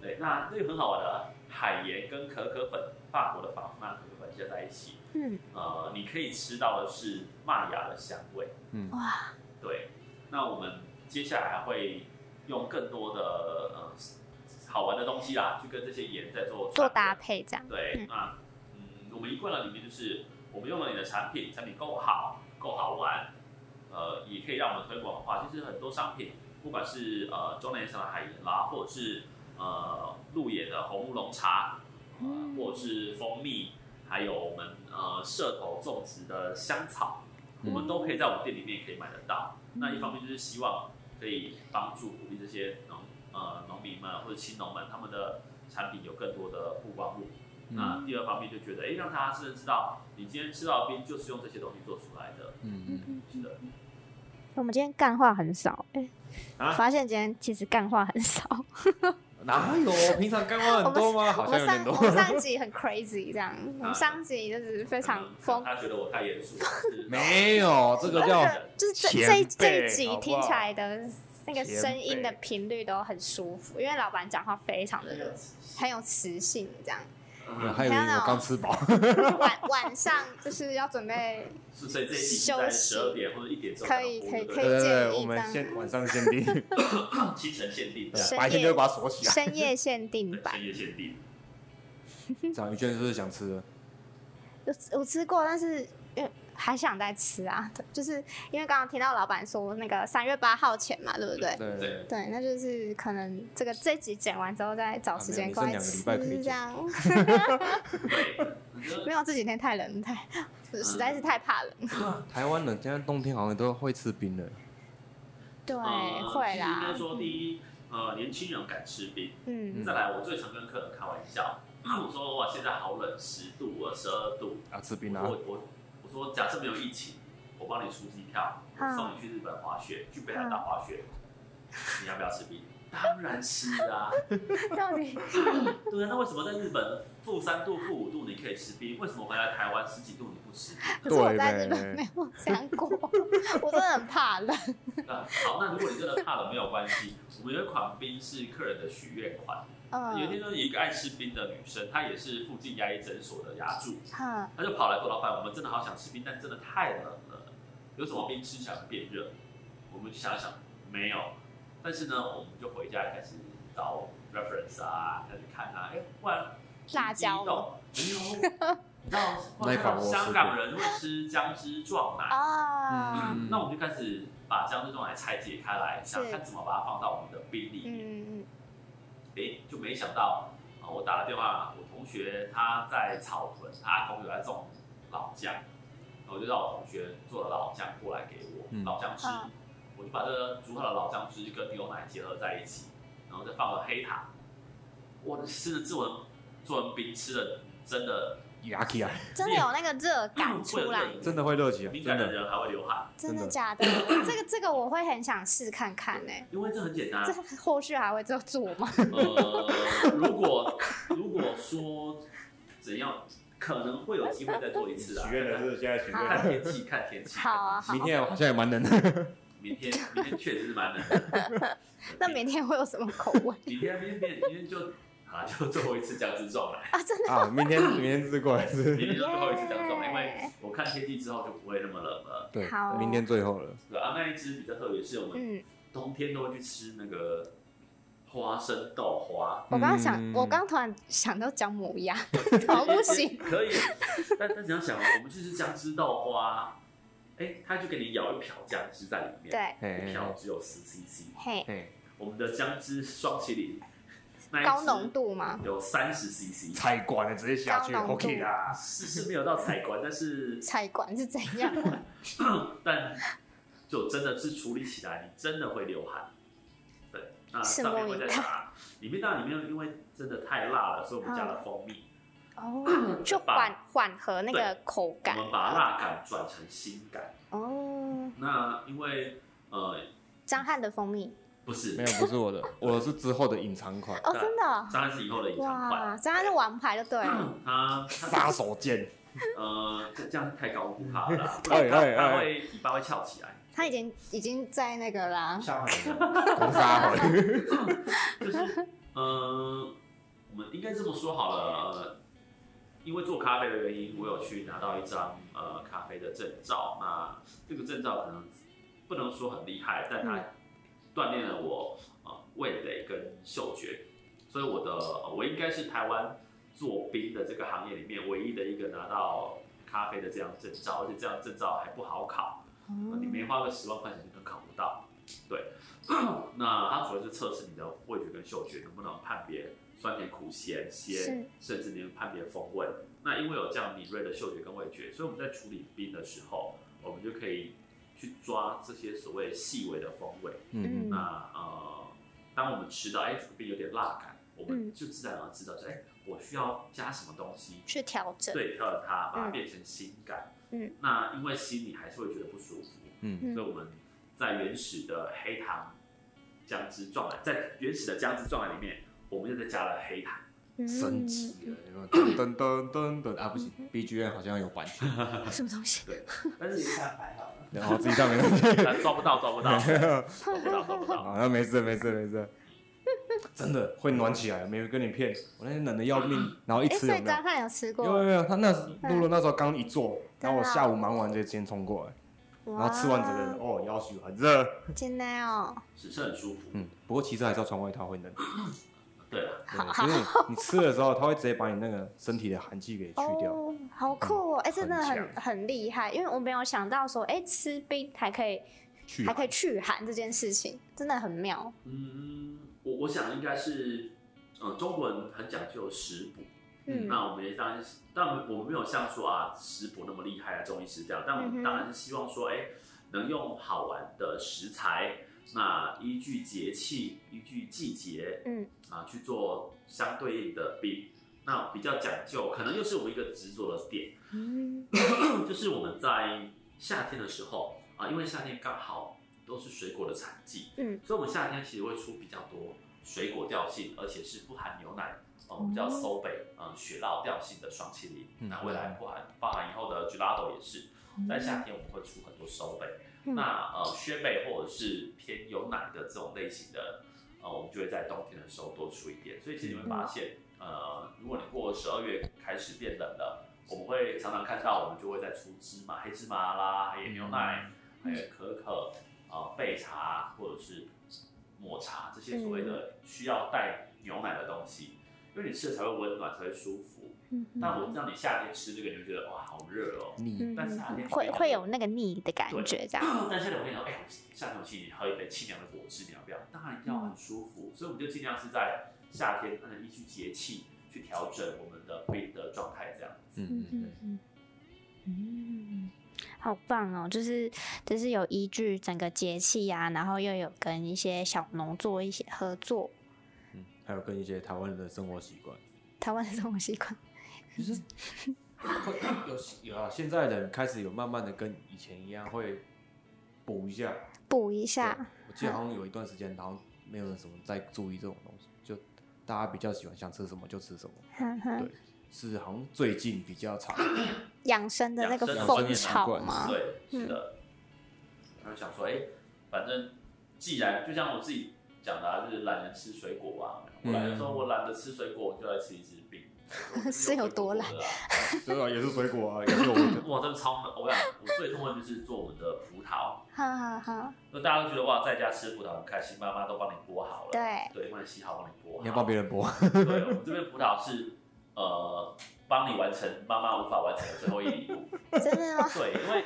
Speaker 3: 对，那这个很好玩的，啊海盐跟可可粉，法国的法芙娜可可粉加在一起，
Speaker 2: 嗯，
Speaker 3: 呃，你可以吃到的是麦芽的香味，
Speaker 1: 嗯，
Speaker 2: 哇，
Speaker 3: 对，那我们接下来还会用更多的呃好玩的东西啦，去跟这些盐在做
Speaker 2: 做
Speaker 3: 串
Speaker 2: 搭
Speaker 3: 联
Speaker 2: 配这样，
Speaker 3: 对，那嗯，我们一贯的理念就是，我们用了你的产品，产品够好，够好玩，呃，也可以让我们推广的话，其实很多商品，不管是呃中南上的海盐啦，或者是呃鹿野的红乌龙茶，呃
Speaker 2: 嗯
Speaker 3: 或者是蜂蜜，还有我们呃社头种植的香草，
Speaker 1: 嗯
Speaker 3: 我们都可以在我们店里面可以买得到。
Speaker 2: 嗯
Speaker 3: 那一方面就是希望可以帮助鼓励这些农呃农民们或者青农们他们的产品有更多的曝光度。
Speaker 1: 嗯
Speaker 3: 那第二方面就觉得，哎、让大家真的知道，你今天吃到的冰就是用这些东西做出来的。
Speaker 1: 嗯嗯，
Speaker 3: 是的，
Speaker 2: 我们今天干话很少，哎、
Speaker 1: 啊
Speaker 2: 发现今天其实干话很少。
Speaker 1: 哪有？平常干话很多吗？好
Speaker 2: 我
Speaker 1: 像有点
Speaker 2: 们上
Speaker 1: 多啊
Speaker 2: 我。们上一集很 crazy 这样，我们上一集就是非
Speaker 3: 非
Speaker 2: 常
Speaker 1: 嗯
Speaker 2: 疯，
Speaker 3: 他觉得我太严肃，是
Speaker 1: 没有，这个叫
Speaker 2: 就是这
Speaker 1: 前
Speaker 2: 这
Speaker 1: 辈
Speaker 2: 这一集
Speaker 1: 好不
Speaker 2: 听
Speaker 1: 好
Speaker 2: 起来的那个声音的
Speaker 1: 前辈
Speaker 2: 频率都很舒服，因为老板讲话非常
Speaker 3: 没有
Speaker 2: 的很有磁性，这样。
Speaker 1: 嗯
Speaker 3: 嗯
Speaker 1: 还有一个
Speaker 2: 啊
Speaker 1: 我刚吃饱，
Speaker 2: 晚晚上就是要准备，
Speaker 3: 是所以这一集是在
Speaker 2: 休息
Speaker 3: 十二点或者一点之后
Speaker 2: 可以
Speaker 3: 才能播
Speaker 2: 可以
Speaker 1: 对对
Speaker 3: 对
Speaker 2: 建议
Speaker 1: 对，我们
Speaker 2: 这样
Speaker 1: 先晚上限 定，
Speaker 3: 不对清晨限定，
Speaker 2: 深夜
Speaker 1: 白天就会把它锁起来。
Speaker 2: 深夜限定
Speaker 3: 对
Speaker 2: 版
Speaker 3: 深。夜限定。
Speaker 1: 张宇娟是不是想吃了？
Speaker 2: 有吃有吃过，但是因为还想再吃啊，对就是因为刚刚听到老板说那个三月八号前嘛，对不对？
Speaker 1: 对
Speaker 3: 对，
Speaker 2: 对，那就是可能这个这集剪完之后再找时间过来吃，
Speaker 1: 啊没有你剩两个礼拜可以剪
Speaker 2: 这样。
Speaker 3: 我觉得
Speaker 2: 没有这几天太冷，太实在
Speaker 1: 嗯
Speaker 2: 是太怕冷。
Speaker 1: 台湾人现在冬天好像都会吃冰的，
Speaker 2: 对，
Speaker 3: 呃
Speaker 2: 会
Speaker 3: 其实应
Speaker 2: 啦
Speaker 3: 该。说，第一，呃，年轻人敢吃冰。
Speaker 2: 嗯，
Speaker 3: 再来，我最常跟客人开玩笑， 我说哇，现在好冷，十度啊，十二度。
Speaker 1: 啊，吃冰
Speaker 3: 我
Speaker 1: 啊，
Speaker 3: 说我我我说，假设没有疫情，我帮你出机票，我送你去日本滑雪，去北海道滑雪，你要不要吃冰？ 当然吃啊！
Speaker 2: 到 底
Speaker 3: 对啊，那为什么在日本负三度、负五度你可以吃冰？为什么回来台湾十几度你不吃冰？
Speaker 2: 可是我
Speaker 1: 对
Speaker 2: 在
Speaker 1: 呗
Speaker 2: 日本没有这样过，我真的很怕冷。
Speaker 3: 那好，那如果你真的怕冷没有关系，我们有一款冰是客人的许愿款。有一
Speaker 2: 嗯，
Speaker 3: 天呢，有一个爱吃冰的女生，她也是附近牙医诊所的牙助，
Speaker 2: 哈，
Speaker 3: 她就跑来说：“老板，我们真的好想吃冰，但真的太冷了，有什么冰吃起来会变热？我们就想想，没有。但是呢，我们就回家开始找 reference 啊，开始看啊，哎、忽然
Speaker 2: 辣椒
Speaker 3: 豆，没有，你知道，忽然看到香港人会吃姜汁撞奶，
Speaker 2: 啊，
Speaker 1: 嗯
Speaker 2: 嗯
Speaker 3: 那我们就开始把姜汁撞奶拆解开来，想
Speaker 2: 是
Speaker 3: 看怎么把它放到我们的冰里面。
Speaker 2: 嗯
Speaker 3: 诶，就没想到啊，我打了电话，我同学他在草屯，他阿公有在种老姜，然后我就让我同学做了老姜过来给我，
Speaker 1: 嗯
Speaker 3: 老姜汁，
Speaker 2: 嗯
Speaker 3: 我就把这个煮好的老姜汁跟牛奶结合在一起，然后再放了黑糖，我吃的自文做文冰吃的真的
Speaker 1: 牙起来，
Speaker 2: 真的有那个热感
Speaker 3: 嗯会
Speaker 2: 出
Speaker 3: 有
Speaker 2: 来，
Speaker 3: 热
Speaker 1: 真的会热起来，
Speaker 3: 敏
Speaker 1: 真
Speaker 3: 感的
Speaker 1: 的。
Speaker 3: 人还会流汗，
Speaker 2: 真
Speaker 1: 真
Speaker 2: 的
Speaker 1: 的
Speaker 2: 假的？这个这个我会很想试看看呢、
Speaker 3: 因为这很简单，
Speaker 2: 这后续还会这样做吗？
Speaker 3: 呃，如果如果说怎样，可能会有机会再做一次啊。
Speaker 1: 是现在 许
Speaker 2: 愿
Speaker 3: 看天气，看天气。
Speaker 2: 好啊，好
Speaker 1: 明。天好像也蛮冷 的，
Speaker 3: 明天明天确实是蛮冷的。
Speaker 2: 那明天会有什么口味
Speaker 3: 明天明天明天明天就啊，就最后一次姜汁撞来，
Speaker 2: 啊？真的
Speaker 1: 啊，明天明天是过来
Speaker 3: 明
Speaker 1: 是，
Speaker 3: 天就最后一次姜汁撞来，因为我看天气之后就不会那么冷了。
Speaker 1: 对
Speaker 2: 好，
Speaker 1: 明天最后了，
Speaker 3: 对啊，那一只比较特别，是我们
Speaker 2: 嗯，
Speaker 3: 冬天都会去吃那个花生豆 花。
Speaker 2: 我刚刚想，
Speaker 1: 嗯
Speaker 2: 我刚刚突然想到姜母鸭，怎么不行？
Speaker 3: 可以，但但你要想，哦我们就是姜汁豆花，哎、它就给你舀一瓢姜汁在里面，
Speaker 2: 对，
Speaker 1: 嘿
Speaker 3: 一瓢只有十 CC。
Speaker 2: 嘿，
Speaker 1: 嘿，
Speaker 3: 我们的姜汁双麒麟，那一
Speaker 2: 高
Speaker 3: 支
Speaker 2: 浓度吗？
Speaker 3: 有三十 CC，
Speaker 1: 菜馆了直接下去
Speaker 2: 高浓度
Speaker 1: ，OK 啦，
Speaker 3: 是是没有到采管，但是
Speaker 2: 菜馆是怎样啊？
Speaker 3: 但就真的是处理起来，你真的会流汗。对，那
Speaker 2: 拭
Speaker 3: 上面
Speaker 2: 目
Speaker 3: 会
Speaker 2: 以
Speaker 3: 再
Speaker 2: 待
Speaker 3: 打，里面当然里面因为真的太辣了，所以我们加了蜂蜜，
Speaker 2: 哦， 就缓缓和那个口感
Speaker 3: 我们把辣感转成辛感。
Speaker 2: 哦。
Speaker 3: 那因为呃
Speaker 2: 张翰的蜂蜜
Speaker 3: 不是
Speaker 1: 没有不是我的，我是之后的隐藏款，
Speaker 2: 哦，真的哦
Speaker 3: 张翰是以后的隐藏款，
Speaker 2: 哇，张翰是王牌就对了。
Speaker 3: 他他
Speaker 1: 杀手 锏，
Speaker 3: 呃这这样太高估他 了啦，不
Speaker 1: 哎
Speaker 3: 然他
Speaker 1: 哎哎
Speaker 3: 他会尾巴会翘起来，
Speaker 2: 他已经已经在那个啦，
Speaker 3: 像
Speaker 1: 狂杀回，
Speaker 3: 就是，呃，我们应该这么说好了，呃，因为做咖啡的原因，我有去拿到一张呃咖啡的证照。那这个证照可能不能说很厉害，但它锻炼了我呃味蕾跟嗅觉，所以我的、呃我应该是台湾做冰的这个行业里面唯一的一个拿到咖啡的这张证照，而且这张证照还不好考。
Speaker 2: 哦
Speaker 3: 呃你没花个十万块钱都考不到。对， 那它主要是测试你的味觉跟嗅觉能不能判别酸甜苦咸
Speaker 2: 是
Speaker 3: 鲜，甚至你能判别风味。那因为有这样敏锐的嗅觉跟味觉，所以我们在处理冰的时候，我们就可以去抓这些所谓细微的风味。
Speaker 1: 嗯，
Speaker 3: 那呃，当我们吃到哎这个冰有点辣感，我
Speaker 2: 嗯
Speaker 3: 们就自然而然知道说，哎，我需要加什么东西
Speaker 2: 去调整。
Speaker 3: 对调了它，把它
Speaker 2: 嗯
Speaker 3: 变成新感。
Speaker 2: 嗯，
Speaker 3: 那因为心里还是会觉得不舒服，
Speaker 1: 嗯
Speaker 3: 所以我们在原始的黑糖姜汁撞奶，在原始的姜汁撞奶里面，我们又再加了黑糖。
Speaker 2: 嗯
Speaker 1: 升级了，有没有噔噔噔噔噔啊，不行，BGM 好像有版权，
Speaker 2: 什么东西？
Speaker 3: 但
Speaker 4: 自己
Speaker 3: 是
Speaker 4: 下白好了。
Speaker 1: 然后哦自己上面东西，
Speaker 3: 但抓不到，抓不 到，抓不到，抓不到。
Speaker 1: 好，那没事没事没事，真的会暖起来，没有跟你骗，我那天冷的要命，然后一
Speaker 2: 哎，
Speaker 1: 吃
Speaker 2: 所
Speaker 1: 有
Speaker 2: 以
Speaker 1: 没有
Speaker 2: 张？翰有吃
Speaker 1: 有有
Speaker 2: 过，
Speaker 1: 有，他那时露露那时候刚一坐，然后我
Speaker 2: 真的哦
Speaker 1: 下午忙完就先冲过来，然
Speaker 2: 然
Speaker 1: 后吃完整个人哦，腰许很热，
Speaker 2: 真的哦，
Speaker 3: 只是很舒服。
Speaker 1: 嗯，不过其实还是要穿外套会冷，
Speaker 3: 对啊了，
Speaker 1: 对，因为你吃的时候，它会直接把你那个身体的寒气给去掉，嗯
Speaker 2: 哦，好酷哦，哎，真的
Speaker 1: 很
Speaker 2: 很很厉害，因为我没有想到说，哎，吃冰还可以
Speaker 1: 去
Speaker 2: 还可以
Speaker 1: 寒，
Speaker 2: 去寒这件事情，真的很妙。
Speaker 3: 嗯，我我想应该是，呃，中国人很讲究食补。
Speaker 2: 嗯
Speaker 3: 那我们也当然是，但我们没有像说啊食谱那么厉害啊，中医师这样，但我
Speaker 2: 嗯哼
Speaker 3: 们当然是希望说，哎、能用好玩的食材，那依据节气，依据季节，
Speaker 2: 嗯，
Speaker 3: 啊去做相对应的冰。那比较讲究，可能又是我们一个执着的点，
Speaker 2: 嗯，
Speaker 3: 就是我们在夏天的时候啊，因为夏天刚好都是水果的产季，
Speaker 2: 嗯，
Speaker 3: 所以我们夏天其实会出比较多水果调性，而且是不含牛奶，呃我们叫
Speaker 2: 嗯
Speaker 3: s o b e 嗯，雪酪调性的双淇淋。
Speaker 1: 嗯
Speaker 3: 那未来不含包含以后的 gelato 也是，在夏天我们会出很多 s o b e
Speaker 2: 嗯
Speaker 3: 那呃靴贝或者是偏有奶的这种类型的，呃，我们就会在冬天的时候多出一点。所以
Speaker 2: 嗯
Speaker 3: 其实你会发现，呃，如果你过十二月开始变冷了，我们会常常看到我们就会在出芝麻、黑芝麻啦，还有牛奶，
Speaker 2: 嗯
Speaker 3: 还有可可、呃焙茶或者是抹茶这些所谓的
Speaker 2: 嗯
Speaker 3: 需要带牛奶的东西，因为你吃了才会温暖，才会舒服。
Speaker 2: 嗯哼
Speaker 3: 但我让你夏天吃这个，你就觉得哇好热哦。
Speaker 1: 你
Speaker 2: 嗯
Speaker 3: 但是夏天
Speaker 2: 会会有那个腻的感
Speaker 3: 对
Speaker 2: 觉，这样。
Speaker 3: 但是我跟你说，哎、我夏天我请你喝一杯清凉的果汁，你要不要？当然要，很舒服。所以我们就尽量是在夏天，嗯，依据节气去调整我们的冰的状态，这样子。
Speaker 1: 嗯嗯
Speaker 2: 嗯嗯，好棒哦！就是就是有依据整个节气呀，然后又有跟一些小农做一些合作，
Speaker 1: 嗯，还有跟一些台湾人的生活习惯，
Speaker 2: 台湾的生活习惯。
Speaker 1: 就是会有有啊，现在人开始有慢慢的跟以前一样会补一下。
Speaker 2: 补一
Speaker 1: 对
Speaker 2: 下，
Speaker 1: 我记得好像有一段时间，好像没有人什么在注意这种东西，就大家比较喜欢想吃什么就吃什么。
Speaker 2: 哼哼，
Speaker 1: 对，是好像最近比较常
Speaker 2: 养生的那个
Speaker 3: 养生
Speaker 2: 风
Speaker 1: 养
Speaker 2: 潮
Speaker 1: 生
Speaker 2: 嘛，
Speaker 3: 对，
Speaker 2: 嗯
Speaker 3: 是的。然后想说，哎、反正既然就像我自己讲的、啊，就是懒人吃水果吧。我懒人说，我懒得吃水果，我就来吃一支 冰。我
Speaker 2: 是有多懒
Speaker 3: 我就是用
Speaker 1: 对啊，也
Speaker 3: 水果做的啊？
Speaker 1: 是水果啊，也是我们
Speaker 3: 哇，真的超难！我跟你讲，我最痛恨就是做我们的葡萄。
Speaker 2: 哈哈哈，
Speaker 3: 那大家都觉得哇，在家吃葡萄很开心，妈妈都帮你剥好了，
Speaker 2: 对，
Speaker 3: 对，帮你洗好，帮你剥好。
Speaker 1: 你要帮别人剥，
Speaker 3: 对，我们这边葡萄是呃，帮你完成妈妈无法完成的最后一里路。
Speaker 2: 真的哦吗？
Speaker 3: 对，因为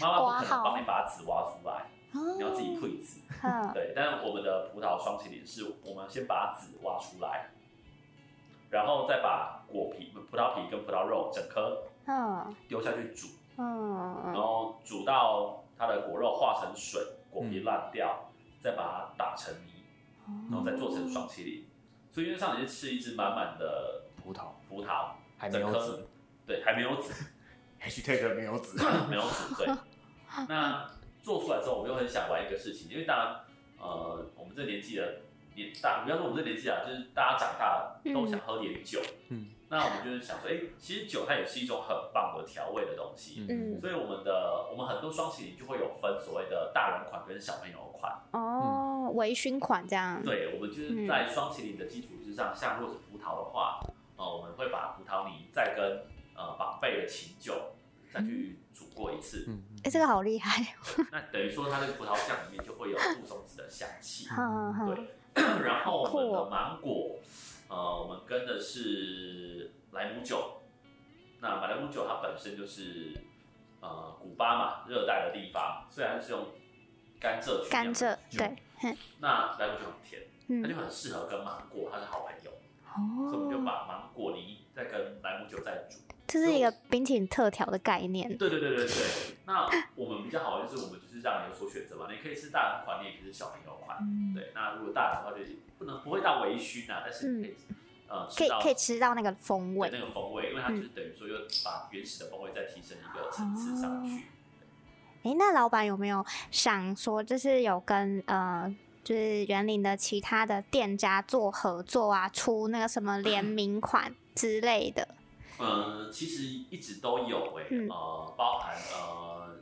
Speaker 3: 妈妈不可
Speaker 2: 挖
Speaker 3: 能
Speaker 2: 好
Speaker 3: 帮你把籽挖出来， 你要自己
Speaker 2: 哦，
Speaker 3: 配籽。
Speaker 2: 哼
Speaker 3: 对，但是我们的葡萄双麒麟是我们先把籽挖出来，然后再把果皮、葡萄皮跟葡萄肉整颗
Speaker 2: 哼
Speaker 3: 丢下去煮，然
Speaker 2: 嗯
Speaker 3: 后煮到它的果肉化成水，果皮烂掉，再把它打成泥。
Speaker 2: 嗯，
Speaker 3: 然后再做成双麒麟。所以因为上你是吃一只满满的
Speaker 1: 葡萄
Speaker 3: 葡萄，
Speaker 1: 还没有
Speaker 3: 整颗
Speaker 1: 籽，
Speaker 3: 对，还没有籽，
Speaker 1: ，#hashtag 没有籽，
Speaker 3: 没有籽，对。那做出来之后，我又很想玩一个事情，因为当然，呃，我们这年纪的年大，不要说我们这年纪啊，就是大家长大了都想喝点酒。
Speaker 1: 嗯
Speaker 3: 那我们就是想说，哎、其实酒它也是一种很棒的调味的东西。
Speaker 2: 嗯
Speaker 3: 所以我们的我们很多双麒麟就会有分所谓的大人款跟小朋友款。
Speaker 2: 哦，微醺款这样，
Speaker 3: 嗯对，我们就是在双麒麟的基础之上，像如果是葡萄的话，呃，我们会把葡萄泥再跟呃绑贝的琴酒再去煮过一 次，
Speaker 1: 嗯，
Speaker 2: 哎，这个好厉害，
Speaker 3: 那等于说它那个葡萄酱里面就会有杜松子的香气。
Speaker 2: 哈哈哈，
Speaker 3: 对，然后我
Speaker 2: 好嗯
Speaker 3: 们的
Speaker 2: 酷哦
Speaker 3: 芒果，呃，我们跟的是莱姆酒，那马莱姆酒它本身就是呃古巴嘛，热带的地方，虽然是用甘蔗去酿
Speaker 2: 甘
Speaker 3: 的
Speaker 2: 蔗，
Speaker 3: 酒
Speaker 2: 对，，哼
Speaker 3: 那莱姆酒很甜。它就
Speaker 2: 嗯，
Speaker 3: 很适合跟芒果，它是好朋友，所以我们就
Speaker 2: 哦，
Speaker 3: 把芒果泥再跟莱姆酒再煮。
Speaker 2: 这是一个冰淇淋特调的概念，
Speaker 3: 对对对对对。那我们比较好的就是我们就是让你有所选择嘛，你可以吃大人款，你也可以吃小朋友款。
Speaker 2: 嗯。
Speaker 3: 对，那如果大人的话就是不能不会到微醺啊，但是你可以、
Speaker 2: 嗯
Speaker 3: 呃
Speaker 2: 可
Speaker 3: 吃
Speaker 2: 以
Speaker 3: 到
Speaker 2: 可以吃嗯到那个风味
Speaker 3: 对。那个风味，因为它就是等于说又把原始的风味再提升一个层
Speaker 2: 哦
Speaker 3: 次上去。
Speaker 2: 诶，那老板有没有想说，就是有跟呃，就是园林的其他的店家做合作啊，出那个什么联名款之类的？
Speaker 3: 嗯，其实一直都有诶、
Speaker 2: 嗯
Speaker 3: 呃，包含呃，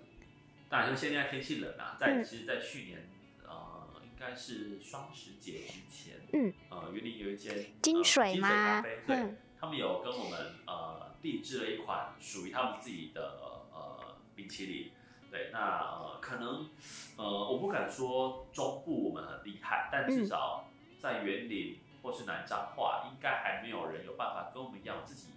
Speaker 3: 当然就现在天气冷啊，在、
Speaker 2: 嗯
Speaker 3: 其实，在去年呃，应该是双十节之前，
Speaker 2: 嗯，
Speaker 3: 呃，云林有一间
Speaker 2: 金
Speaker 3: 呃、
Speaker 2: 水
Speaker 3: 金水咖
Speaker 2: 吗
Speaker 3: 啡，？对，
Speaker 2: 嗯
Speaker 3: 他们有跟我们呃定制了一款属于他们自己的呃冰淇淋。对，那呃可能呃我不敢说中部我们很厉害，但至少在园林或是南彰化，应该还没有人有办法跟我们一样自己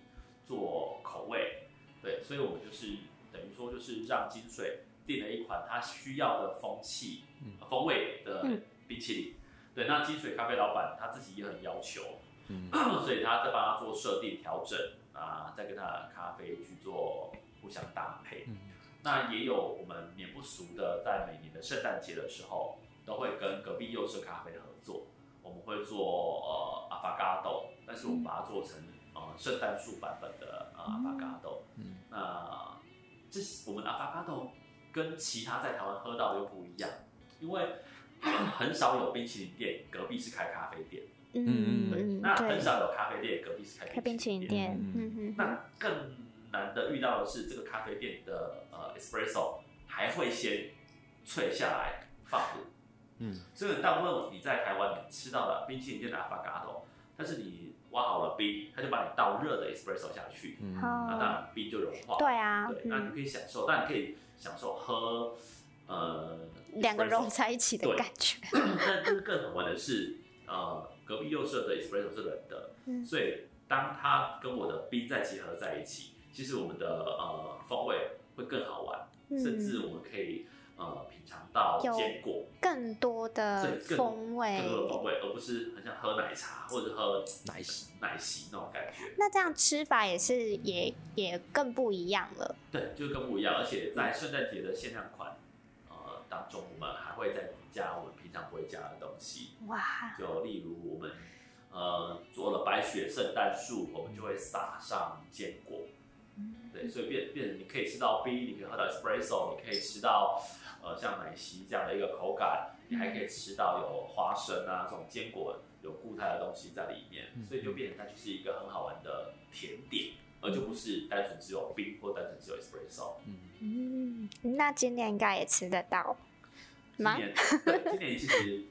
Speaker 3: 做口味。对，所以我们就是等于说就是让金水定了一款它需要的风气、
Speaker 1: 嗯
Speaker 3: 呃风味的
Speaker 2: 嗯
Speaker 3: 冰淇淋。对，那金水咖啡老板他自己也很要求，
Speaker 1: 嗯，
Speaker 3: 所以他在帮他做设定调整啊，再跟他的咖啡去做互相搭配。
Speaker 1: 嗯
Speaker 3: 那也有我们免不俗的，在每年的圣诞节的时候，都会跟隔壁右舍咖啡合作，我们会做呃阿法嘎豆，但是我们把它做成呃圣诞树版本的呃阿法嘎豆。
Speaker 1: 嗯，
Speaker 3: 那这是我们的阿法嘎豆跟其他在台湾喝到的又不一样，因为很少有冰淇淋店隔壁是开咖啡店。
Speaker 1: 嗯
Speaker 3: 对，
Speaker 2: 嗯嗯，
Speaker 3: 那很
Speaker 2: 对，
Speaker 3: 少有咖啡店隔壁是
Speaker 2: 开
Speaker 3: 开
Speaker 2: 冰淇淋店，嗯嗯，
Speaker 3: 那更难的遇到的是，这个咖啡店的呃 espresso 还会先萃下来放入，
Speaker 1: 嗯，
Speaker 3: 所以大部分你在台湾你吃到了冰淇淋店的 affogato，但是你挖好了冰，它就把你倒热的 espresso 下去，
Speaker 1: 嗯
Speaker 2: 好
Speaker 3: 那当然冰就融化了。
Speaker 2: 对啊，
Speaker 3: 对，那你
Speaker 2: 嗯
Speaker 3: 可以享受，那你可以享受喝呃
Speaker 2: 两个
Speaker 3: espresso
Speaker 2: 融在一起的
Speaker 3: 对
Speaker 2: 感觉。
Speaker 3: 但就是更好玩的是，呃，隔壁右舍的 espresso 是冷的，
Speaker 2: 嗯
Speaker 3: 所以当它跟我的冰再结合在一起，其实我们的呃风味会更好玩，甚至我们可以呃品尝到
Speaker 2: 嗯有哎
Speaker 3: 坚果
Speaker 2: 更多的
Speaker 3: 对更
Speaker 2: 风味
Speaker 3: 更。多的风味，而不是很像喝奶茶或者喝
Speaker 1: 奶昔
Speaker 3: 奶昔那种感觉。
Speaker 2: 那这样吃法也是也也更不一样了。
Speaker 3: 对，就更不一样。而且在圣诞节的限量款呃当中，我们还会再加我们平常不会加的东西。
Speaker 2: 哇，
Speaker 3: 就例如我们呃做了白雪圣诞树，我们就会撒上坚果，对，所以变变成你可以吃到冰，你可以喝到 espresso，你可以吃到呃像奶昔这样的一个口感，你还可以吃到有花生啊这种坚果有固态的东西在里面，
Speaker 1: 嗯
Speaker 3: 所以就变成它就是一个很好玩的甜点，而就不是单纯只有冰或单纯只有 espresso。
Speaker 1: 嗯，
Speaker 2: 嗯，那今年应该也吃得到
Speaker 3: 今
Speaker 2: 吗？
Speaker 3: 年对，今年其实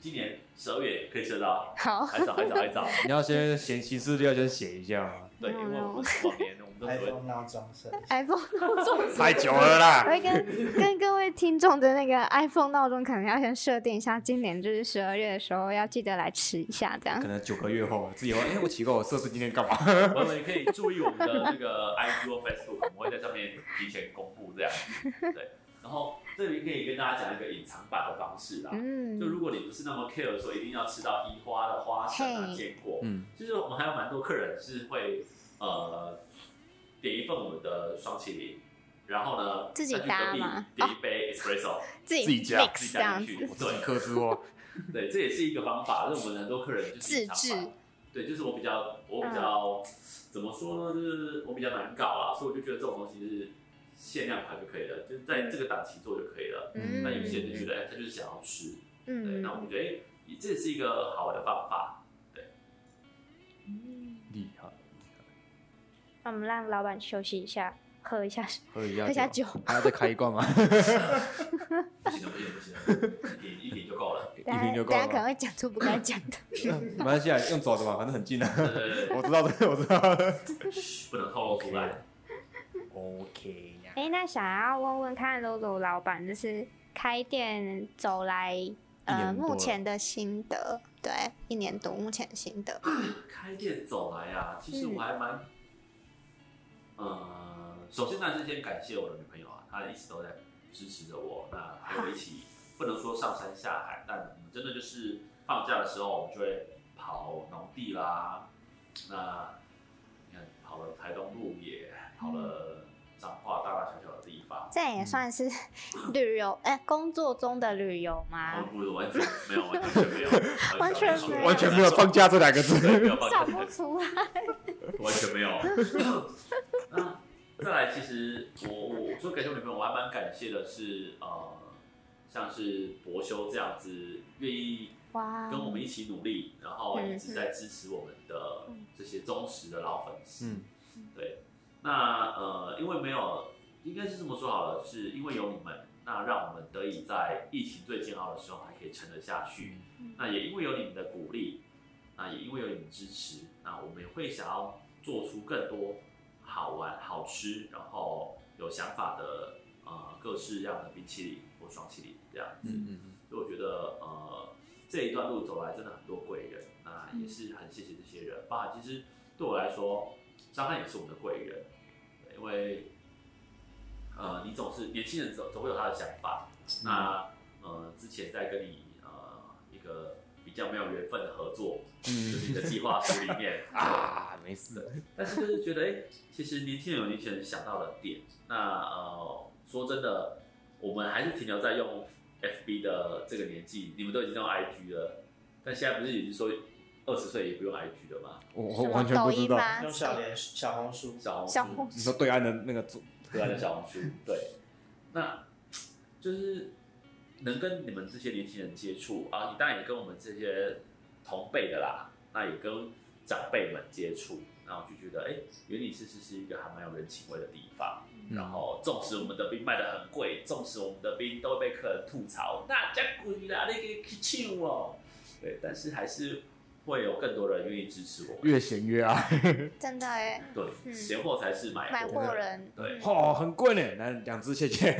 Speaker 3: 今年十二月可以吃得到，
Speaker 2: 好，
Speaker 3: 还早还早还早。
Speaker 1: 你要先写形式就要先写一下啊，
Speaker 3: 对，因为我们往年我们都只会
Speaker 4: iPhone 闹钟声，
Speaker 2: iPhone 闹钟
Speaker 1: 太久了啦
Speaker 2: 我。会 跟跟各位听众的那个 iPhone 闹钟可能要先设定一下，今年就是十二月的时候要记得来吃一下，这样
Speaker 1: 可。能九个月后自己会，哎、我奇怪，我设置今天干嘛？
Speaker 3: 我们也可以注意我们的那个 IG 或 Facebook，我们会在上面提前公布这样。 对，然后这里可以跟大家讲一个隐藏版的方式啦。就
Speaker 2: 嗯，
Speaker 3: 如果你不是那么 care 说一定要吃到移花的花生啊
Speaker 2: 嘿
Speaker 3: 坚果，
Speaker 1: 嗯，
Speaker 3: 就是我们还有蛮多客人是会呃点一份我们的双麒麟，然后呢
Speaker 2: 自己
Speaker 3: 再去
Speaker 2: 搭
Speaker 3: 隔壁
Speaker 2: 吗
Speaker 3: 点一杯 espresso，、
Speaker 2: 自己
Speaker 1: 自己加
Speaker 2: mix
Speaker 3: 自己
Speaker 2: 这
Speaker 3: 加
Speaker 2: 样
Speaker 3: 进去
Speaker 2: 子，。
Speaker 1: 我自
Speaker 3: 对
Speaker 1: 己，克制哦。
Speaker 3: 对，这也是一个方法，就是我们很多客人就是
Speaker 2: 自
Speaker 3: 隐藏版
Speaker 2: 制。嗯
Speaker 3: 对，就是我比较，我比较、怎么说呢？就是我比较难搞啊，所以我就觉得这种东西就是限量款就可以了，就是在这个档期做就可以了。
Speaker 1: 嗯
Speaker 3: 那有些人就觉得，哎、他就是想要吃，对，那我
Speaker 2: 嗯
Speaker 3: 们觉得，哎、这也是一个好玩的方法。
Speaker 2: 嗯，
Speaker 1: 厉害，
Speaker 2: 那我们让老板休息一下，喝一下水
Speaker 1: 喝一下，
Speaker 2: 喝一下酒，
Speaker 1: 还要再开一罐 吗？
Speaker 3: 不行了，不行了，不行了，一点一点就够了。
Speaker 1: 一
Speaker 2: 等下
Speaker 1: 瓶就
Speaker 2: 等
Speaker 1: 够
Speaker 2: 下可能
Speaker 1: 了。
Speaker 2: 会讲出不该讲的。
Speaker 1: 没关系啊，用走的嘛，反正很近啊。
Speaker 3: 对对对
Speaker 1: 我知道的，我知道的。
Speaker 3: 嘘不能透露出来。
Speaker 1: OK 呀。
Speaker 2: 哎、那想要问问看露露老板，就是开店走来，呃，
Speaker 1: 年多了
Speaker 2: 目前的心得，对，一年多目前的心得，
Speaker 3: 开店走来啊，
Speaker 2: 嗯
Speaker 3: 其实我还蛮，呃，首先呢是先感谢我的女朋友啊，她一直都在支持着我，那和我一起，不能说上山下海，但我们真的就是放假的时候，我们就会跑农地啦，那你看跑了台东路也跑了彰化大大小小的地方，
Speaker 2: 这也算是 旅游，哎、工作中的旅游
Speaker 3: 我
Speaker 2: 吗？
Speaker 3: 不完全没有，完全没有，
Speaker 2: 嗯 完全没有
Speaker 1: 完全没有放假这两个字。
Speaker 3: 对没有放
Speaker 2: 笑
Speaker 3: 假
Speaker 2: 不出来，
Speaker 3: 完全没有。那再来，其实我我说感谢我女朋友，我还蛮感谢的是，呃，像是博修这样子愿意
Speaker 2: 哇，
Speaker 3: 跟我们一起努力，然后一直在支持我们的这些忠实的老粉丝。
Speaker 1: 嗯，
Speaker 3: 对，那呃，因为没有，应该是这么说好了，是因为有你们，那让我们得以在疫情最煎熬的时候还可以撑得下去。
Speaker 2: 嗯
Speaker 3: 那也因为有你们的鼓励，那也因为有你们支持，那我们也会想要做出更多好玩、好吃，然后有想法的呃各式样的冰淇淋或双淇淋这样子。
Speaker 1: 嗯嗯嗯，
Speaker 3: 所以我觉得呃这一段路走来真的很多贵人，那也是很谢谢这些人。包含其实对我来说，张翰也是我们的贵人，对因为呃你总是年轻人总总会有他的想法。那呃之前在跟你呃一个比较没有缘分的合作，就是你的计划书里面
Speaker 1: 嗯啊，没事。
Speaker 3: 但是就是觉得，哎、其实年轻人有年轻人想到的点。那呃，说真的，我们还是停留在用 FB 的这个年纪，你们都已经用 IG 了，但现在不是已经说二十岁也不用 IG 了吗？
Speaker 1: 我
Speaker 2: 什
Speaker 1: 我
Speaker 2: 么
Speaker 1: 完全不
Speaker 2: 抖
Speaker 1: 知
Speaker 2: 音
Speaker 1: 道。
Speaker 2: 吗？
Speaker 4: 用小连小红书，
Speaker 3: 小红书
Speaker 2: 小红
Speaker 1: 你说对岸的那个组
Speaker 3: 对啊，小红书，对，那就是能跟你们这些年轻人接触啊，你当然也跟我们这些同辈的啦，那也跟长辈们接触，那我就觉得，哎、原理其实是一个还蛮有人情味的地方。
Speaker 1: 嗯
Speaker 3: 然后，纵使我们的冰卖的很贵，纵使我们的冰都会啊被客人吐槽，那家贵啦，那个去哦，对，但是还是会有更多人愿意支持我们。
Speaker 1: 越闲越爱。
Speaker 2: 真的哎，
Speaker 3: 对，
Speaker 2: 嗯
Speaker 3: 闲货才是买
Speaker 2: 买
Speaker 3: 货。
Speaker 2: 货人
Speaker 3: 对
Speaker 1: 哦，很贵呢，那两只谢谢。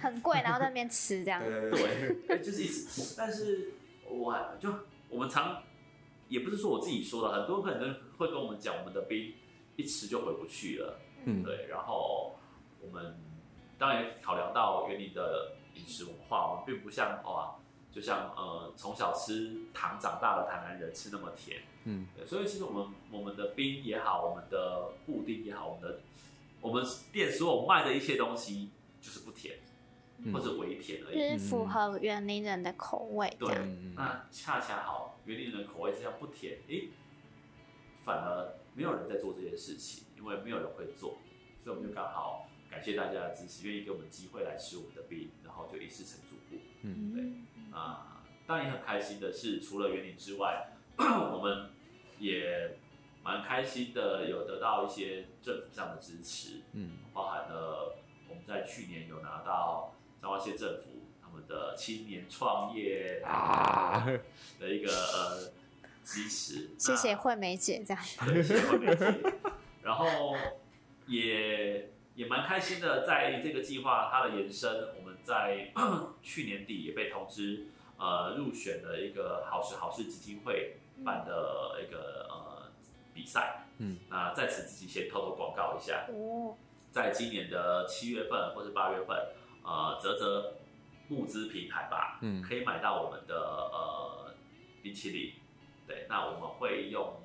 Speaker 2: 很贵，然后在那边吃这 样，
Speaker 1: 对对，
Speaker 3: 对，就是一直，但是我还就我们常也不是说我自己说的，很多可能会跟我们讲，我们的冰一吃就回不去了，
Speaker 1: 嗯
Speaker 3: 对，然后我们当然也考量到园林的饮食文化，我们并不像哇，就像呃从小吃糖长大的台南人吃那么甜，
Speaker 1: 嗯，
Speaker 3: 对所以其实我们我们的冰也好，我们的布丁也好，我们的我们店所有卖的一些东西就是不甜，
Speaker 1: 嗯
Speaker 3: 或者微甜而
Speaker 2: 就是
Speaker 3: 已。
Speaker 2: 符合园林人的口味这
Speaker 3: 对
Speaker 2: 样。
Speaker 1: 嗯嗯
Speaker 3: 那恰恰好，园林人的口味这样不甜，诶，反而没有人在做这件事情，因为没有人会做，所以我们就刚好感谢大家的支持，愿意给我们机会来吃我们的冰，然后就一次成主顾。
Speaker 2: 嗯，
Speaker 3: 啊，当然也很开心的是，除了园林之外， 我们也蛮开心的，有得到一些政府上的支持，
Speaker 1: 嗯
Speaker 3: 包含了我们在去年有拿到彰化县政府他们的青年创业
Speaker 1: 啊，
Speaker 3: 的一个呃支持，
Speaker 2: 谢谢
Speaker 3: 那
Speaker 2: 惠美姐这样。
Speaker 3: 对谢谢惠美姐然后也也蛮开心的，在这个计划它的延伸，我们在嗯去年底也被通知，呃，入选了一个好时好事基金会办的一个呃比赛。
Speaker 1: 嗯，
Speaker 3: 那在此自己先偷偷广告一下，
Speaker 2: 哦，
Speaker 3: 在今年的七月份或是八月份，呃，泽泽募资平台吧，
Speaker 1: 嗯
Speaker 3: 可以买到我们的呃冰淇淋。对，那我们会用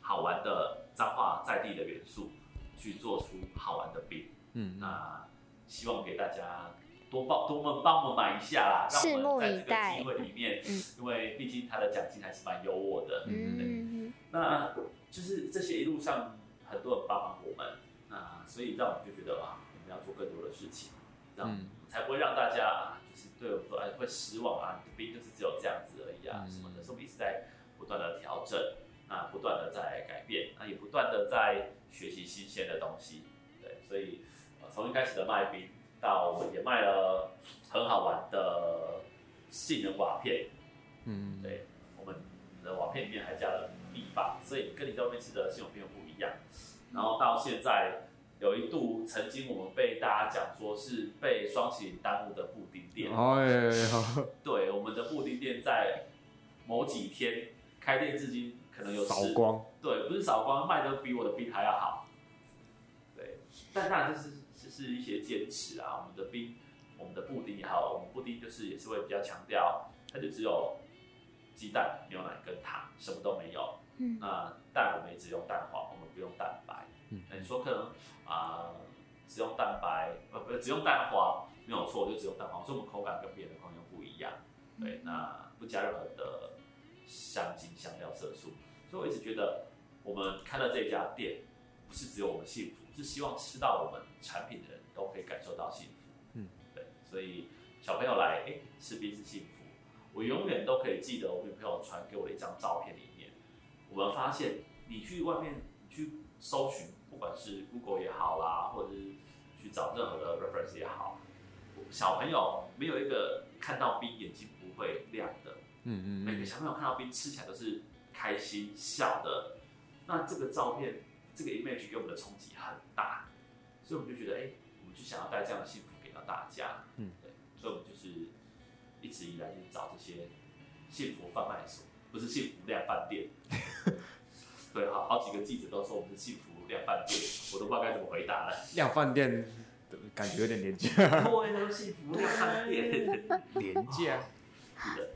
Speaker 3: 好玩的彰化在地的元素去做出好玩的冰。
Speaker 1: 嗯
Speaker 3: 那希望给大家多帮多么帮我们买一下啦，
Speaker 2: 拭
Speaker 3: 让我
Speaker 2: 目以
Speaker 3: 们在这个
Speaker 2: 待
Speaker 3: 机会里面，
Speaker 2: 嗯
Speaker 3: 因为毕竟它的奖金还是蛮优渥的。
Speaker 2: 嗯，
Speaker 3: 那就是这些一路上很多人帮忙我们，那所以让我们就觉得啊，我们要做更多的事情，这样、
Speaker 1: 嗯
Speaker 3: 才不会让大家啊，就是对我们说哎会失望啊，你的兵就是只有这样子而已啊、
Speaker 1: 嗯
Speaker 3: 什么的，所以我们一直在不断的调整，那不断的在改变，那也不断的在学习新鲜的东西，对，所以呃从、一开始的卖冰到我们也卖了很好玩的杏仁瓦片，
Speaker 1: 嗯，
Speaker 3: 对，我们的瓦片里面还加了米饭，所以跟你在外面吃的信用片不一样。然后到现在，有一度曾经我们被大家讲说是被双麒麟耽误的布丁店，
Speaker 1: 哎，好
Speaker 3: 对，我们的布丁店在某几天开店至今可能有
Speaker 1: 扫
Speaker 3: 十
Speaker 1: 光，
Speaker 3: 对，不是扫光，卖的比我的冰还要好。对，但当然就是就是一些坚持啊，我们的冰，我们的布丁也好，我们布丁就是也是会比较强调，它就只有鸡蛋、牛奶跟糖，什么都没有。
Speaker 2: 嗯
Speaker 3: 那蛋我们也只用蛋黄，我们不用蛋白。
Speaker 1: 嗯
Speaker 3: 哎那你说可能啊、只用蛋白，呃，不，只用蛋黄没有错，就只用蛋黄，所以我们口感跟别人的口感又不一样。
Speaker 1: 嗯
Speaker 3: 对，那不加任何的香精、香料、色素。所以我一直觉得，我们开了这家店，不是只有我们幸福，是希望吃到我们产品的人都可以感受到幸福。
Speaker 1: 嗯，
Speaker 3: 对，所以小朋友来，哎、吃冰是幸福。我永远都可以记得我女朋友传给我的一张照片里面，我们发现你去外面你去搜寻，不管是 Google 也好啦，或者是去找任何的 reference 也好，小朋友没有一个看到冰眼睛不会亮的，
Speaker 1: 嗯
Speaker 3: 每个小朋友看到冰吃起来都是开心笑的。那这个照片，这个 image 给我们的冲击很大，所以我们就觉得，哎、我们就想要带这样的幸福给到大家。
Speaker 1: 嗯，
Speaker 3: 对，所以我们就是一直以来就是找这些幸福贩卖所，不是幸福量贩店。对，好好几个记者都说我们是幸福量贩店，我都不知道该怎么回答了。
Speaker 1: 量饭店感觉有点廉价，
Speaker 3: 对，啊都是幸福量贩店。
Speaker 1: 廉价，
Speaker 3: 是的，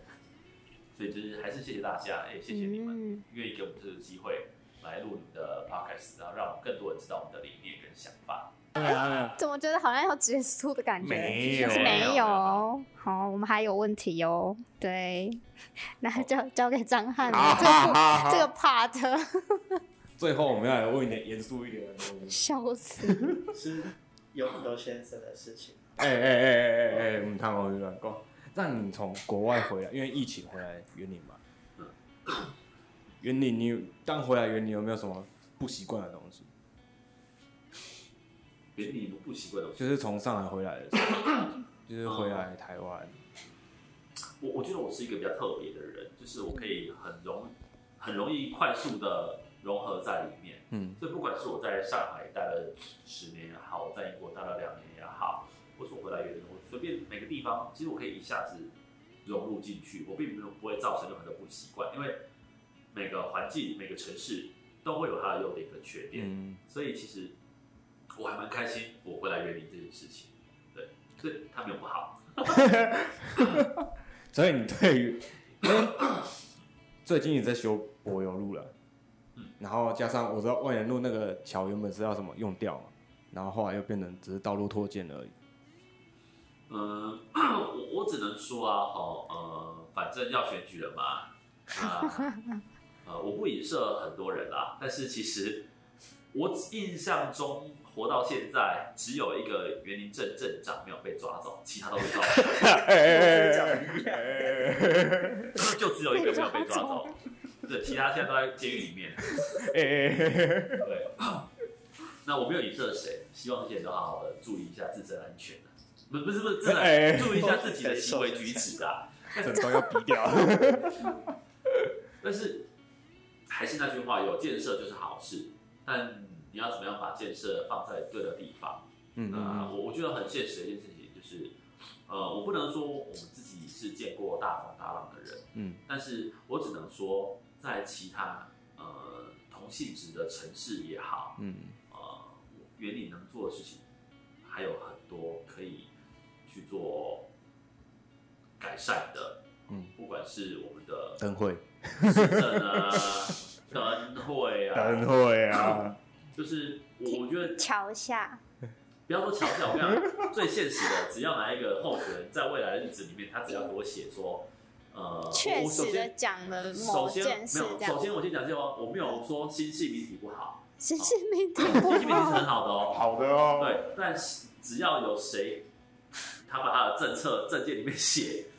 Speaker 3: 所以就是还是谢谢大家，也、谢谢你们
Speaker 2: 嗯，
Speaker 3: 愿意给我们这个机会来录你们的 podcast，然后让我们更多人知道我们的理念跟想法。
Speaker 1: 没有没有，
Speaker 2: 怎么觉得好像要结束的感觉？
Speaker 1: 没有
Speaker 2: 就是没
Speaker 3: 没
Speaker 2: 有
Speaker 3: 有
Speaker 2: 哦。好，我们还有问题哦。对， 那就交给张翰
Speaker 1: 好
Speaker 2: 了。这个
Speaker 1: 好好好
Speaker 2: 这个 part
Speaker 1: 最后我们要来问一点严肃一点的东 西。
Speaker 2: 笑 死。
Speaker 4: 是有很多先生的事情。
Speaker 1: 哎哎哎哎哎哎，我们谈完乱讲。那你从国外回来，因为疫情回来园林嘛，
Speaker 3: 嗯
Speaker 1: 园林你刚回来园林有没有什么不习惯的东西？
Speaker 3: 原理不习惯的东西，
Speaker 1: 就是从上海回来的时候， 就是回来台湾，
Speaker 3: 我我觉得我是一个比较特别的人，就是我可以很容很容易快速的融合在里面。
Speaker 1: 嗯
Speaker 3: 所以不管是我在上海待了十年也好，我在英国待了两年也好，或是我回来原我随便每个地方，其实我可以一下子融入进去，我并没有不会造成任何的不习惯，因为每个环境、每个城市都会有它的优点跟缺点，
Speaker 1: 嗯，
Speaker 3: 所以其实我还蛮开心我回来园林这件事情，对，所以它没有不好，
Speaker 1: 所以你对于，因为最近也在修柏油路了
Speaker 3: 嗯，
Speaker 1: 然后加上我知道万源路那个桥原本是要什么用掉嘛，然后后来又变成只是道路拓建而已。
Speaker 3: 嗯，我我只能说啊，哦，呃，反正要选举了嘛，啊，呃，我不影射很多人啦，但是其实我印象中活到现在，只有一个园林镇镇长没有被抓走，其他都被抓走，
Speaker 4: 哎
Speaker 3: 就只有一个没有被抓走，对，其他现在都在监狱里面。对，那我没有影射谁，希望这些人都好好的注意一下自身安全啊不不是不是，真
Speaker 1: 哎
Speaker 3: 的注意一下自己的行为举止啊。
Speaker 1: 这都要逼掉。
Speaker 3: 但是还是那句话，有建设就是好事，但你要怎么样把建设放在对的地方？
Speaker 1: 嗯
Speaker 3: 那我我觉得很现实的一件事情就是，呃，我不能说我们自己是见过大风大浪的人，
Speaker 1: 嗯
Speaker 3: 但是我只能说，在其他呃同性质的城市也好，
Speaker 1: 嗯
Speaker 3: 呃，园林能做的事情还有很多可以去做改善的，
Speaker 1: 嗯，
Speaker 3: 不管是我 们的
Speaker 1: 灯会，
Speaker 3: 市政啊、灯会啊，
Speaker 1: 会啊，
Speaker 3: 就是我我觉得
Speaker 2: 桥下，
Speaker 3: 不要说巧笑，我跟你讲，最现实的，只要哪一个候选人在未来的日子里面，他只要给我写说，呃，
Speaker 2: 确
Speaker 3: 我
Speaker 2: 实的
Speaker 3: 我
Speaker 2: 讲了某
Speaker 3: 首先首
Speaker 2: 件
Speaker 3: 先
Speaker 2: 事
Speaker 3: 没，有，
Speaker 2: 这样
Speaker 3: 首，先我先讲这个哦，我没有说新系民体不好，
Speaker 2: 其实没听
Speaker 3: 新系民体是
Speaker 2: 过。
Speaker 3: 很好的哦，
Speaker 1: 好的哦。
Speaker 3: 对，但是只要有谁，他把他的政策政见里面写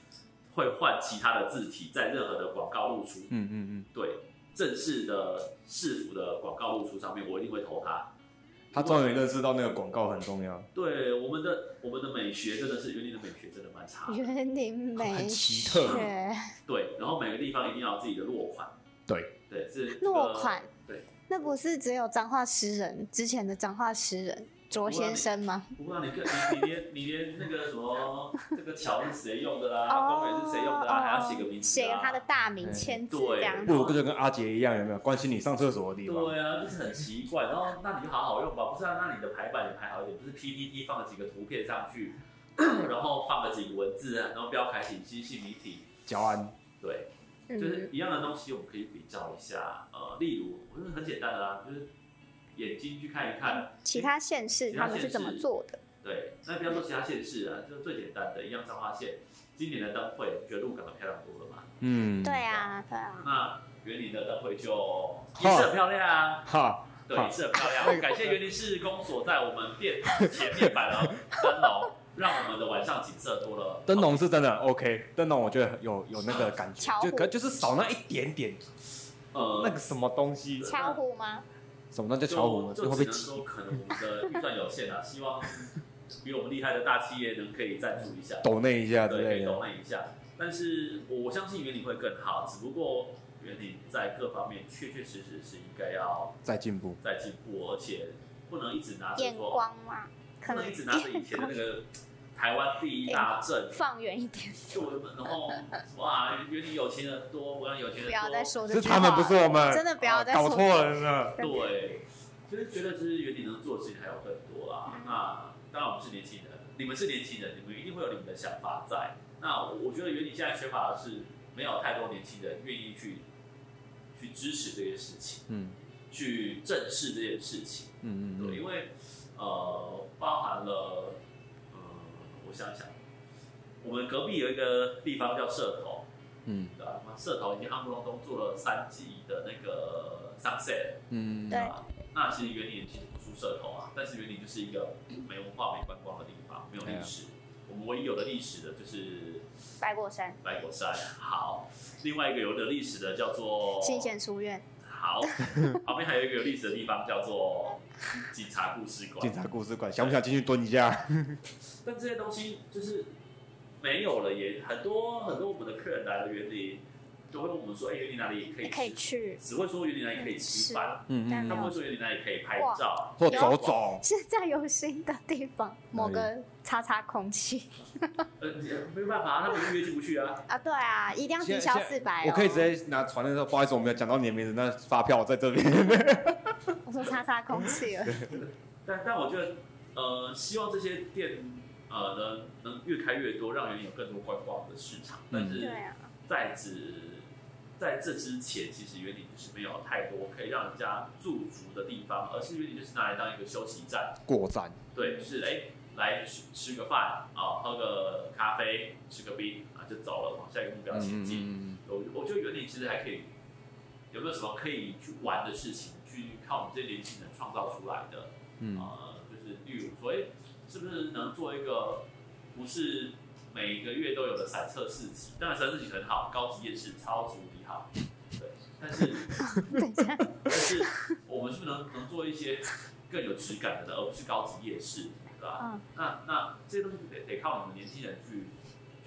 Speaker 3: 会换其他的字体，在任何的广告露出，
Speaker 1: 嗯嗯
Speaker 3: 对正式的市府的广告露出上面，我一定会投他。
Speaker 1: 嗯，他终于认识到那个广告很重要，
Speaker 3: 对我们的我们的美学真的是园林的美学真的蛮差的，
Speaker 2: 园林美
Speaker 1: 很奇特
Speaker 2: 学
Speaker 3: 对，然后每个地方一定要有自己的落款，
Speaker 1: 对
Speaker 3: 对是呃这个
Speaker 2: 落款，
Speaker 3: 对，
Speaker 2: 那不是只有彰化诗人之前的彰化诗人卓先生吗？
Speaker 3: 不过你跟你你连你连那个什么这个桥是谁用的啦，
Speaker 2: 哦
Speaker 3: 公园是谁用的啦，还要写个名字、啊，
Speaker 2: 写个他的大名签字这样
Speaker 1: 不如
Speaker 2: 子。
Speaker 1: 就跟阿杰一样，有没有关心你上厕所的地方？
Speaker 3: 对啊，就是很奇怪。然后那你就好好用吧，不是啊？那你的排版也排好一点，就是 PPT 放了几个图片上去， 然后放了几个文字，然后标楷体、新系名体，
Speaker 1: 乔安，
Speaker 3: 对，就是
Speaker 2: 嗯，
Speaker 3: 一样的东西，我们可以比较一下。呃，例如，我觉得很简单的啦，就是眼睛去看一看，
Speaker 2: 其他县市他们是怎么做的？
Speaker 3: 对，那不要说其他县市啊，就是最简单的，一样彰化县今年的灯会，觉得鹿港的漂亮多了嘛。
Speaker 1: 嗯，
Speaker 2: 对，啊，对啊，
Speaker 3: 那园林的灯会就也是很漂亮啊，
Speaker 1: 哈，
Speaker 3: 对，也是很漂亮。感谢园林市公所在我们店前面摆了灯笼，让我们的晚上景色多了。
Speaker 1: 灯笼是真的 OK，灯笼我觉得有有那个感觉
Speaker 2: 巧，虎
Speaker 1: 就可就是少那一点点
Speaker 3: 呃，
Speaker 1: 那个什么东西，
Speaker 2: 敲湖吗？
Speaker 1: 什么那叫
Speaker 3: 就
Speaker 1: 巧虎，
Speaker 3: 就
Speaker 1: 会
Speaker 3: 只
Speaker 1: 被
Speaker 3: 能
Speaker 1: 挤。
Speaker 3: 说可能我们的预算有限啊，希望比我们厉害的大企业能可以赞助一下，
Speaker 1: 抖那一下之
Speaker 3: 对，可
Speaker 1: 类
Speaker 3: 以懂
Speaker 1: 的，
Speaker 3: 那一下。但是我相信原理会更好，只不过原理在各方面确确实实是应该要
Speaker 1: 再进步。
Speaker 3: 再进步，而且不能一直拿着
Speaker 2: 眼
Speaker 3: 说，
Speaker 2: 光嘛，
Speaker 3: 不
Speaker 2: 可
Speaker 3: 能
Speaker 2: 能
Speaker 3: 一直拿着以前的那个台湾第一大镇。
Speaker 2: 放远一点，
Speaker 3: 就我们，然后哇，原理有钱人多，我让有钱人
Speaker 2: 不
Speaker 3: 多，
Speaker 2: 要再说这
Speaker 1: 是
Speaker 2: 句话
Speaker 1: 他
Speaker 2: 了。
Speaker 1: 们不是我们，
Speaker 2: 真的不要再
Speaker 1: 啊搞
Speaker 2: 说
Speaker 1: 错人了。
Speaker 3: 对，就是觉得就是原理能做的事情还有更多
Speaker 2: 嗯
Speaker 3: 啦。那当然我们是年轻人，你们是年轻人，你们一定会有你们的想法在。那我我觉得原理现在缺乏的是没有太多年轻人愿意去去支持这件事情，
Speaker 1: 嗯
Speaker 3: 去正视这件事情。
Speaker 1: 嗯
Speaker 3: 对，
Speaker 1: 嗯
Speaker 3: 因为呃，包含了呃，我想想，我们隔壁有一个地方叫社头，
Speaker 1: 嗯
Speaker 3: 对吧？社头已经汉布隆东做了三季的那个 sunset。
Speaker 1: 嗯，
Speaker 2: 对
Speaker 3: 那其实园林其实不出社头啊，但是园林就是一个没文化、没观光的地方，没有历
Speaker 1: 啊
Speaker 3: 史。我们唯一有的历史的就是
Speaker 2: 白果山
Speaker 3: 白果山，好；另外一个有的历史的叫做
Speaker 2: 新贤书院，
Speaker 3: 好；旁边还有一个有历史的地方叫做警察故事
Speaker 1: 警
Speaker 3: 馆。
Speaker 1: 察故事馆，想不想进去蹲一下？
Speaker 3: 但这些东西就是没有了也，很多很多我们的客人来了园林，都会问我们说，哎、有你哪里可以
Speaker 2: 可以
Speaker 3: 吃
Speaker 2: 去
Speaker 3: 只会说有你哪里可以吃饭，
Speaker 1: 嗯
Speaker 2: 但
Speaker 1: 嗯
Speaker 3: 他
Speaker 2: 没
Speaker 1: 嗯
Speaker 3: 不
Speaker 2: 有
Speaker 3: 会说有你哪里可以拍照，
Speaker 1: 或走走，
Speaker 2: 是在有新的地方某
Speaker 1: 哪里
Speaker 2: 个叉叉空气
Speaker 3: 呃，没有办法、啊，他们约进不去啊。
Speaker 2: 啊，对啊，一定要抵消四百、哦。
Speaker 1: 我可以直接拿传单说，不好意思，我没有讲到你的名字，那发票在这 边。
Speaker 2: 我说叉叉空 气了，
Speaker 3: 但但我觉得，呃，希望这些店呃能能越开越多，让人有更多观光的市场。
Speaker 1: 嗯
Speaker 3: 但
Speaker 2: 对
Speaker 3: 是
Speaker 2: 啊，
Speaker 3: 在此在这之前，其实原理就是没有太多可以让人家驻足的地方，而是原理就是拿来当一个休息站。
Speaker 1: 过站，
Speaker 3: 对，就是哎、来吃吃个饭啊、喝个咖啡，吃个冰啊，就走了，往下一个目标前进。
Speaker 1: 嗯，
Speaker 3: 我我觉得园林其实还可以，有没有什么可以去玩的事情，去看我们这些年轻人创造出来的？
Speaker 1: 嗯
Speaker 3: 呃，就是例如说，哎、是不是能做一个不是每个月都有的散策市集？当然，散策市集很好，高级夜市超级无敌好，对。但是，
Speaker 2: 等一下，
Speaker 3: 但是我们是不是能能做一些更有质感的呢，而不是高级夜市，对吧？
Speaker 2: 嗯，
Speaker 3: 那那这些东西得得靠你们年轻人去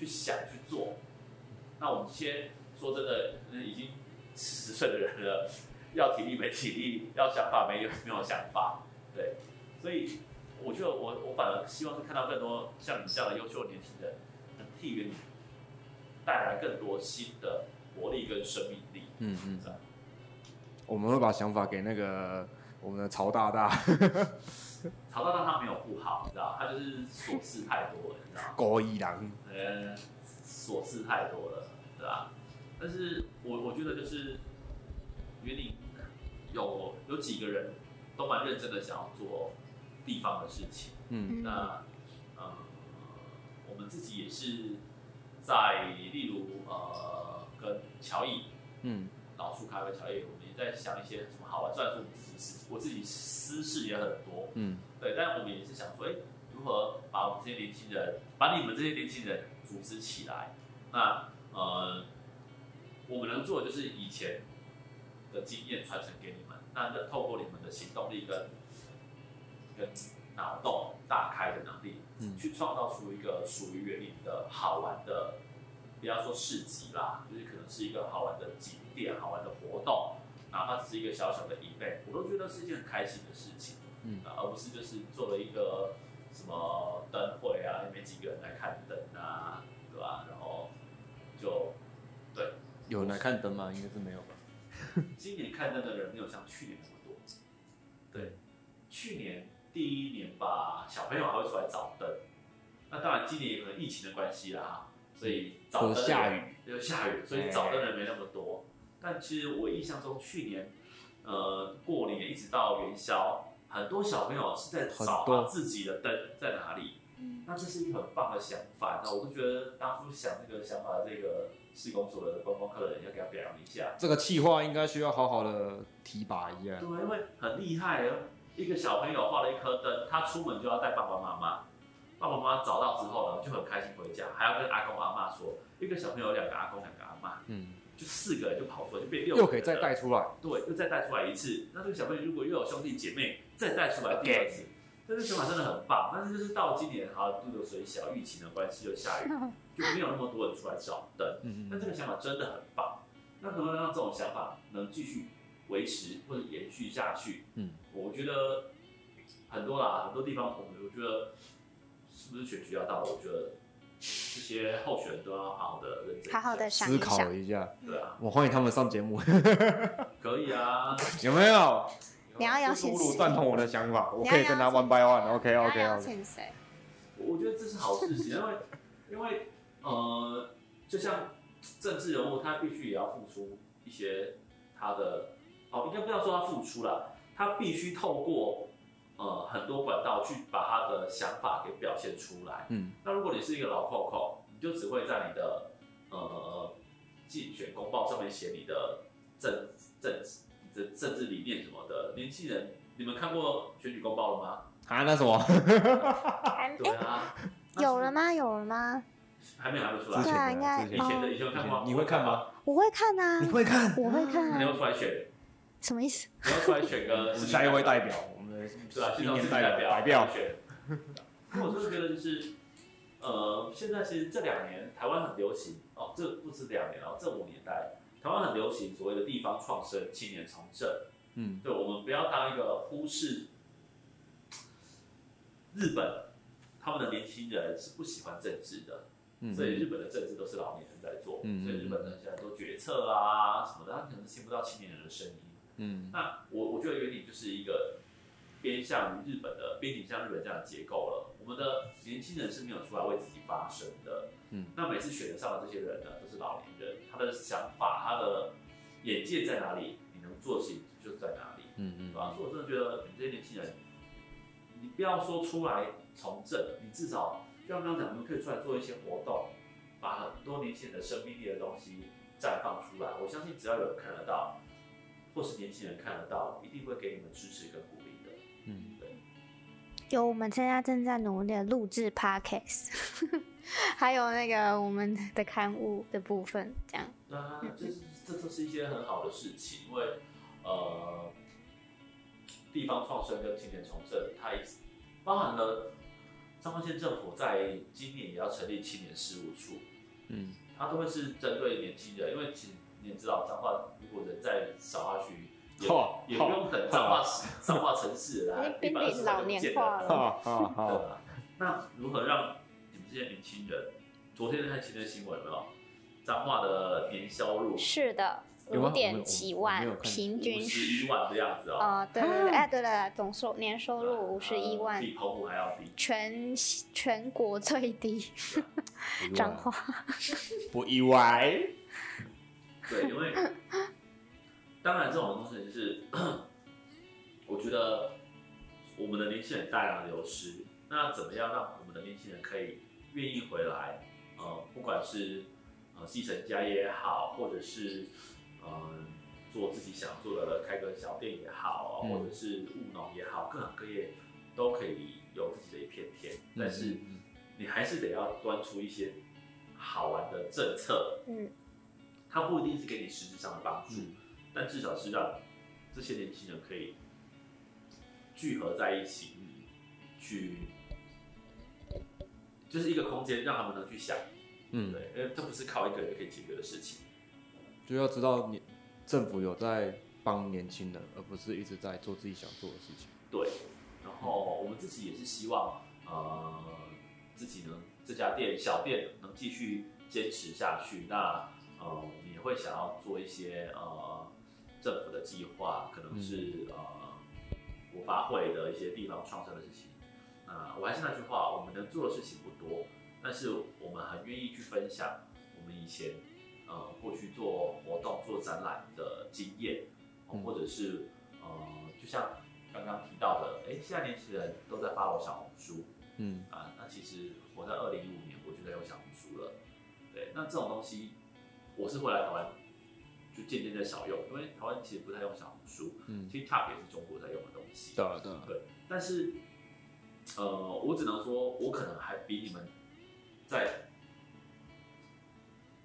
Speaker 3: 去想去做。那我们这些说真的，嗯已经四十岁的人了，要体力没体力，要想法没有没有想法，对。所以我觉得我我反而希望是看到更多像你这样的优秀的年轻人，能替你带来更多新的活力跟生命力。
Speaker 1: 嗯嗯，我们会把想法给那个我们的曹大大，
Speaker 3: 曹操让他没有不好，你知道，他就是琐事太多了，你知道。
Speaker 1: 郭一郎，
Speaker 3: 呃，琐事太多了，对吧？但是我我觉得就是园林有有几个人都蛮认真的想要做地方的事情。
Speaker 1: 嗯
Speaker 2: 嗯，
Speaker 3: 那呃，我们自己也是在例如呃跟乔毅
Speaker 1: 嗯
Speaker 3: 老树咖啡乔毅，我们也在想一些什么好玩，虽然说我们自己事我自己私事也很多，
Speaker 1: 嗯
Speaker 3: 对，但我们也是想说，哎，如何把我们这些年轻人，把你们这些年轻人组织起来？那呃，我们能做的就是以前的经验传承给你们，那就透过你们的行动力跟跟脑洞大开的能力，
Speaker 1: 嗯
Speaker 3: 去创造出一个属于园林的好玩的，不要说市集啦，就是可能是一个好玩的景点、好玩的活动，哪怕只是一个小小的 event，我都觉得是一件很开心的事情。
Speaker 1: 嗯
Speaker 3: 啊，而不是就是做了一个什么灯会啊，也没几个人来看灯啊，对吧？然后就对，
Speaker 1: 有人来看灯吗？应该是没有吧。
Speaker 3: 今年看灯的人没有像去年那么多。对，去年第一年吧，小朋友还会出来找灯，那当然今年也可能疫情的关系啦，所以找灯的
Speaker 1: 或者嗯
Speaker 3: 人
Speaker 1: 下雨，哎
Speaker 3: 又下雨，所以找灯的人没那么多。但其实我印象中去年，呃，过年一直到元宵，很多小朋友是在找
Speaker 1: 很多
Speaker 3: 他自己的灯在哪里。
Speaker 2: 嗯
Speaker 3: 那这是一个很棒的想法，那我就觉得当初想这个想法的这个施工所的观光客的人要给他表扬一下。
Speaker 1: 这个气划应该需要好好的提拔一下。
Speaker 3: 对，因为很厉害哦。一个小朋友画了一颗灯，他出门就要带爸爸妈妈，爸爸妈妈找到之后呢，就很开心回家，还要跟阿公阿妈说，一个小朋友有两个阿公两个阿妈，
Speaker 1: 嗯，
Speaker 3: 就四个人就跑出来，就变六个人
Speaker 1: 又可以再
Speaker 3: 了
Speaker 1: 带出来。
Speaker 3: 对，又再带出来一次。那这个小朋友如果又有兄弟姐妹，再带出来第二次，但是想法真的很棒。但是就是到今年，好像流水小，疫情的关系又 下雨，就没有那么多人出来找灯。
Speaker 1: 嗯
Speaker 3: 但这个想法真的很棒。那能不能让这种想法能继续维持或者延续下去？
Speaker 1: 嗯，
Speaker 3: 我觉得很多啦，很多地方我们我觉得是不是选举要到了？我觉得这些候选人都要好好的认真一下，
Speaker 2: 好好的想
Speaker 1: 思
Speaker 2: 一想
Speaker 1: 考，一下，
Speaker 3: 对啊，
Speaker 1: 我欢迎他们上节目，
Speaker 3: 可以啊。
Speaker 1: 有没有？
Speaker 2: 你要邀请
Speaker 1: 露露
Speaker 2: 谁？
Speaker 1: 赞同我的想法，我
Speaker 2: 你要
Speaker 1: 可以跟他
Speaker 2: 邀请
Speaker 1: one by one，OK
Speaker 2: 你要
Speaker 1: OK
Speaker 2: 邀
Speaker 1: OK。
Speaker 2: 请谁？
Speaker 3: 我觉得这是好事情，因为因为呃，就像政治人物，他必须也要付出一些他的，哦，应该不要说他付出啦，他必须透过呃很多管道去把他的想法给表现出来。
Speaker 1: 嗯
Speaker 3: 那如果你是一个老 Coco，你就只会在你的呃竞选公报上面写你的政政治你的政治理念什么的。年轻人，你们看过选举公报了吗？
Speaker 1: 啊，那什么，
Speaker 2: 哎、
Speaker 3: 对啊，那是
Speaker 2: 有了？吗？有了吗？
Speaker 3: 还没有，还没出来
Speaker 1: 之。
Speaker 2: 对啊
Speaker 1: 前
Speaker 2: 应
Speaker 1: 的
Speaker 2: 该
Speaker 1: 之
Speaker 3: 以
Speaker 1: 前的，
Speaker 3: 前的以前有看过，
Speaker 1: 你会看吗？
Speaker 2: 我会看啊，
Speaker 1: 你会看？
Speaker 2: 我会看
Speaker 3: 你要
Speaker 2: 啊，
Speaker 3: 出来选，
Speaker 2: 什么意思？
Speaker 3: 你要出来选
Speaker 1: 我
Speaker 3: 个
Speaker 1: 们下一位代，表，我们的
Speaker 3: 对啊，
Speaker 1: 明
Speaker 3: 新
Speaker 1: 年
Speaker 3: 代
Speaker 1: 代表
Speaker 3: 表
Speaker 1: 白票。
Speaker 3: 选。那我就是觉得就是，呃，现在其实这两年台湾很流行哦，这不止两年哦，这五年来台湾很流行所谓的地方创生、青年从政，
Speaker 1: 嗯
Speaker 3: 对，我们不要当一个忽视日本，他们的年轻人是不喜欢政治的，
Speaker 1: 嗯，
Speaker 3: 所以日本的政治都是老年人在做，
Speaker 1: 嗯
Speaker 3: 所以日本人现在做决策啊什么的，他可能听不到青年人的声音。
Speaker 1: 嗯
Speaker 3: 那我我觉得原理就是一个偏向于日本的，边倾向日本这样的结构了。我们的年轻人是没有出来为自己发声的，
Speaker 1: 嗯
Speaker 3: 那每次选得上的这些人呢，都是老年人，他的想法、他的眼界在哪里，你能做的事情就在哪里。
Speaker 1: 嗯嗯
Speaker 3: 对吧？所以我真的觉得你这些年轻人，你不要说出来从政，你至少就像刚刚讲，你们可以出来做一些活动，把很多年轻人的生命力的东西绽放出来。我相信只要有人看得到，或是年轻人看得到，一定会给你们支持跟鼓励的。
Speaker 1: 嗯，
Speaker 2: 有我们现在正在努力的录制 podcast，还有那个我们的刊物的部分，这样。
Speaker 3: 那这是这都是一些很好的事情，因为呃，地方创生跟青年重振，它也包含了彰化县政府在今年也要成立青年事务处，
Speaker 1: 嗯，
Speaker 3: 它都会是针对年轻人，因为其实你也知道，彰化如果人在少化区，也
Speaker 1: 哈
Speaker 3: 也不用等彰化彰化城市
Speaker 2: 已
Speaker 3: 来
Speaker 2: 经，变
Speaker 3: 一般
Speaker 2: 得哎老年化了。
Speaker 1: 好好
Speaker 3: 对
Speaker 1: 好，
Speaker 3: 吧？那如何让你们这些年轻人？昨天看今天新闻有没有？彰化的年销入
Speaker 2: 是的，
Speaker 1: 有吗
Speaker 2: 五点几
Speaker 1: 我没有
Speaker 2: 万
Speaker 1: 看
Speaker 2: 平均
Speaker 3: 五十一万的样子哦，
Speaker 2: 啊、对对对，哎、对了，对总收年收哦
Speaker 1: 啊
Speaker 2: 入五十一
Speaker 3: 呃
Speaker 2: 万，
Speaker 3: 比澎湖还要低。
Speaker 2: 全全国最低，彰化
Speaker 1: 不意外，
Speaker 3: 对，因为当然这种东西就是 我觉得我们的年轻人大量流失，那怎么样让我们的年轻人可以愿意回来？呃，不管是呃继承家也好，或者是呃做自己想做的，开个小店也好，
Speaker 1: 嗯
Speaker 3: 或者是务农也好，各行各业都可以有自己的一片天，但是
Speaker 1: 嗯
Speaker 3: 你还是得要端出一些好玩的政策，
Speaker 2: 嗯，
Speaker 3: 它不一定是给你实质上的帮助，
Speaker 1: 嗯
Speaker 3: 但至少是让这些年轻人可以聚合在一起，
Speaker 1: 嗯
Speaker 3: 去就是一个空间，让他们能去想，
Speaker 1: 嗯，
Speaker 3: 对，因为这不是靠一个人就可以解决的事情。
Speaker 1: 就要知道你政府有在帮年轻人，而不是一直在做自己想做的事情。
Speaker 3: 对，然后我们自己也是希望，呃，自己能这家店小店能继续坚持下去。那呃，我们也会想要做一些呃政府的计划，可能是、呃国发会的一些地方创生的事情。那我还是那句话，我们能做的事情不多，但是我们很愿意去分享我们以前呃过去做活动、做展览的经验，哦
Speaker 1: 嗯
Speaker 3: 或者是呃，就像刚刚提到的，哎，现在年轻人都在发我小红书
Speaker 1: 嗯
Speaker 3: 啊，那其实我在二零一五年我就在用小红书了，对，那这种东西我是回来台湾就渐渐在少用，因为台湾其实不太用小红书
Speaker 1: 嗯，
Speaker 3: ，TikTok 也是中国在用的东西，
Speaker 1: 对啊对啊，
Speaker 3: 但是，呃，我只能说，我可能还比你们再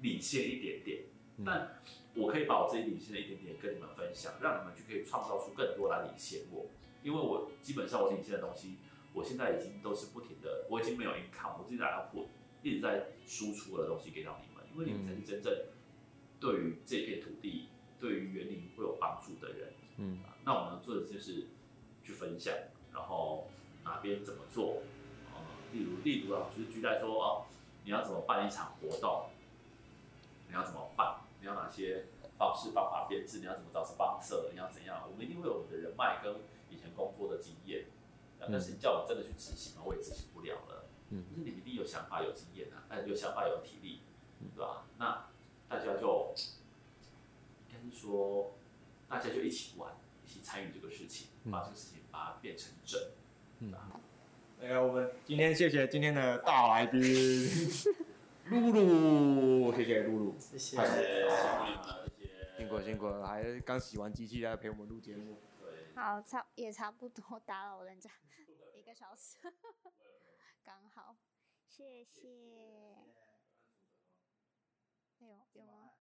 Speaker 3: 领先一点点，
Speaker 1: 嗯
Speaker 3: 但我可以把我自己领先的一点点跟你们分享，让你们就可以创造出更多来领先我，因为我基本上我领先的东西，我现在已经都是不停的，我已经没有 income，我自己在 output，一直在输出我的东西给到你们，因为你们才是
Speaker 1: 嗯
Speaker 3: 真正对于这片土地、对于园林会有帮助的人。啊
Speaker 1: 嗯
Speaker 3: 那我们做的就是去分享，然后哪边怎么做，呃，例如例如啊，就是举例来说哦，你要怎么办一场活动，你要怎么办，你要哪些方式方法编制，你要怎么找 sponsor，你要怎样，我们一定会有我们的人脉跟以前工作的经验，啊但是你叫我真的去执行我也执行不了了。
Speaker 1: 嗯
Speaker 3: 可是你们一定有想法、有经验啊，哎，有想法、有体力，
Speaker 1: 嗯
Speaker 3: 对吧？那大家就应该是说，大家就一起玩，一起参与这个事情，
Speaker 1: 嗯
Speaker 3: 把这个事情把它变成正。
Speaker 1: 嗯
Speaker 4: 哎呀，我们今天谢谢今天的大来 宾，
Speaker 1: 露露，谢谢露露，
Speaker 4: 谢谢
Speaker 1: 好。
Speaker 3: 呃，辛苦你们了，谢谢。
Speaker 1: 辛苦了辛苦了，还刚洗完机器来陪我们录节目。
Speaker 3: 对。
Speaker 2: 好，差也差不多打扰人家一个小时， 刚好，谢谢。哎呦，有吗？